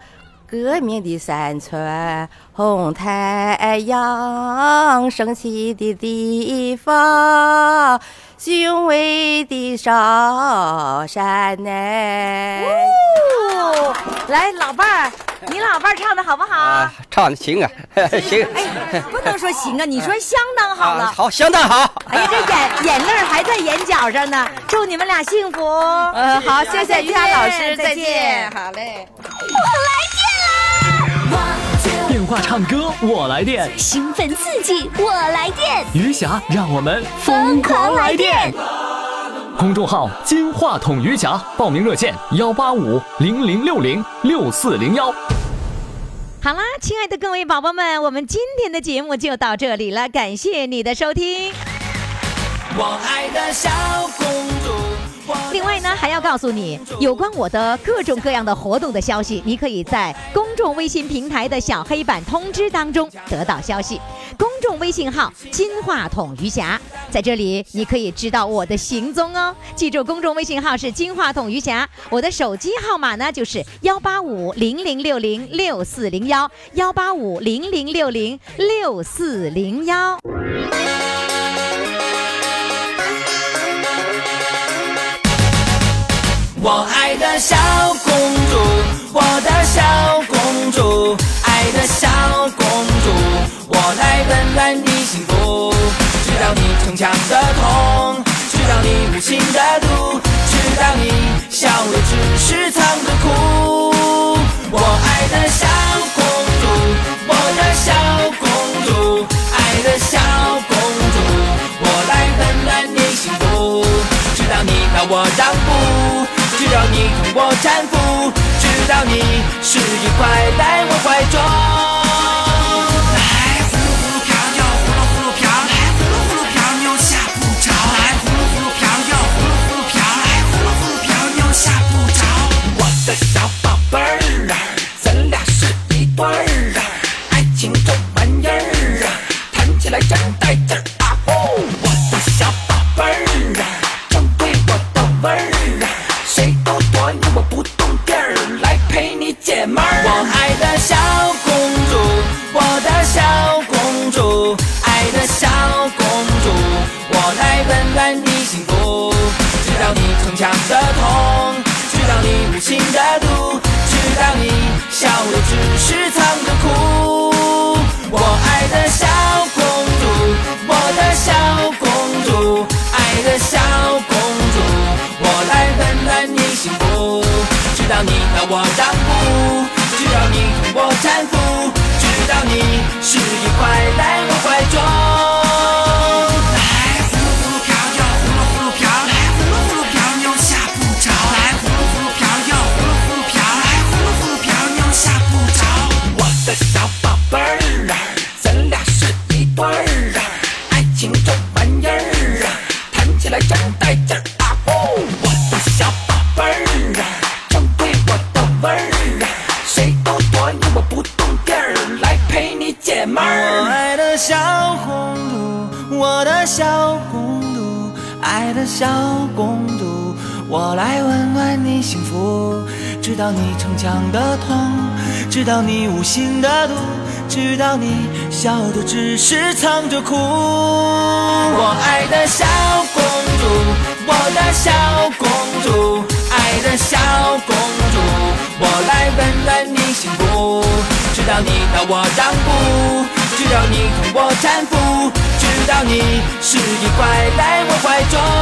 Speaker 8: 革命的山川，红太阳升起的地方，雄伟的韶山呢、
Speaker 2: 哦，来，老伴儿， 你老伴儿唱的好不好
Speaker 9: 啊？，唱的行啊， 行
Speaker 2: 哎，不能说 行啊，你说相当好
Speaker 9: 啊，
Speaker 2: 了。
Speaker 9: 好，相当好，
Speaker 2: 哎呀，这眼眼泪儿还在眼角上呢，祝你们俩幸福。
Speaker 8: 嗯，好，谢谢于
Speaker 2: 见
Speaker 8: 老师，
Speaker 2: 哎再
Speaker 8: 再
Speaker 2: 见
Speaker 8: 见。好嘞。
Speaker 4: 电话唱歌我来电，
Speaker 5: 兴奋刺激，我来电，
Speaker 4: 余霞让我们
Speaker 5: 疯狂来电！
Speaker 4: 公众号“金话筒余霞”，报名热线：幺八五零零六零六四零幺。
Speaker 2: 好啦，亲爱的各位宝宝们，我们今天的节目就到这里了，感谢你的收听。
Speaker 1: 我爱的小公主。我的
Speaker 2: 另外呢，还要告诉你有关我的各种各样的活动的消息，你可以在公众微信平台的小黑板通知当中得到消息。公众微信号“金话筒余霞”，在这里你可以知道我的行踪哦。记住，公众微信号是“金话筒余霞”，我的手机号码呢就是幺八五零零六零六四零幺幺八五零零六零六四零幺。
Speaker 1: 我爱的小公主，我的小公主，爱的小公主，我来温暖你幸福。知道你逞强的痛，知道你无情的毒，知道你笑的只是藏着哭。我爱的小公主，我的小公主，爱的小公主，我来温暖你幸福。知道你让我让步，知道你同我搀扶，知道你是一块在我怀中。来呼噜呼噜飘，又呼噜呼噜飘，来呼噜呼噜飘，又吓不着。来呼噜呼噜飘，又呼噜呼噜飘，来呼噜呼噜飘，又吓不着。我的小宝贝儿啊，咱俩是一对儿啊，爱情这玩意儿啊，谈起来真带劲儿啊！哦，我的小宝贝儿啊，正对我的味儿啊，谁都躲你我不动地儿，来陪你解闷儿。我爱的小公主，我的小公主，爱的小公主，我来温暖你幸福。知道你逞强的痛，知道你无情的毒，知道你笑的只是藏着哭。我爱的小公主，我的小公主，爱的小公主，我来温暖你幸福。知道你让我让步，知道你同我搀扶，知道你是一块在我怀中。来呼噜呼噜飘，又呼噜呼噜飘，来呼噜呼噜飘，又吓不着。来呼噜呼噜飘，又呼噜呼噜飘，来呼噜呼噜飘，又吓不着。我的小宝贝儿啊，咱俩是一对儿啊，爱情这玩意儿啊，谈起来真带劲儿啊！哦，我的小宝贝儿啊，正对我的味儿啊，谁都躲你我不动地儿，来陪你解闷啊儿。我爱的小公主，我的小公主，爱
Speaker 10: 的小公主，我来温暖你幸福，知道你逞强的痛，知道你无心的毒，知道你笑的只是藏着哭。我爱的小公主，我的小公主，爱的小公主，我来温暖你幸福，知道你让我让步，知道你同我搀扶。知道你是一块在我怀中。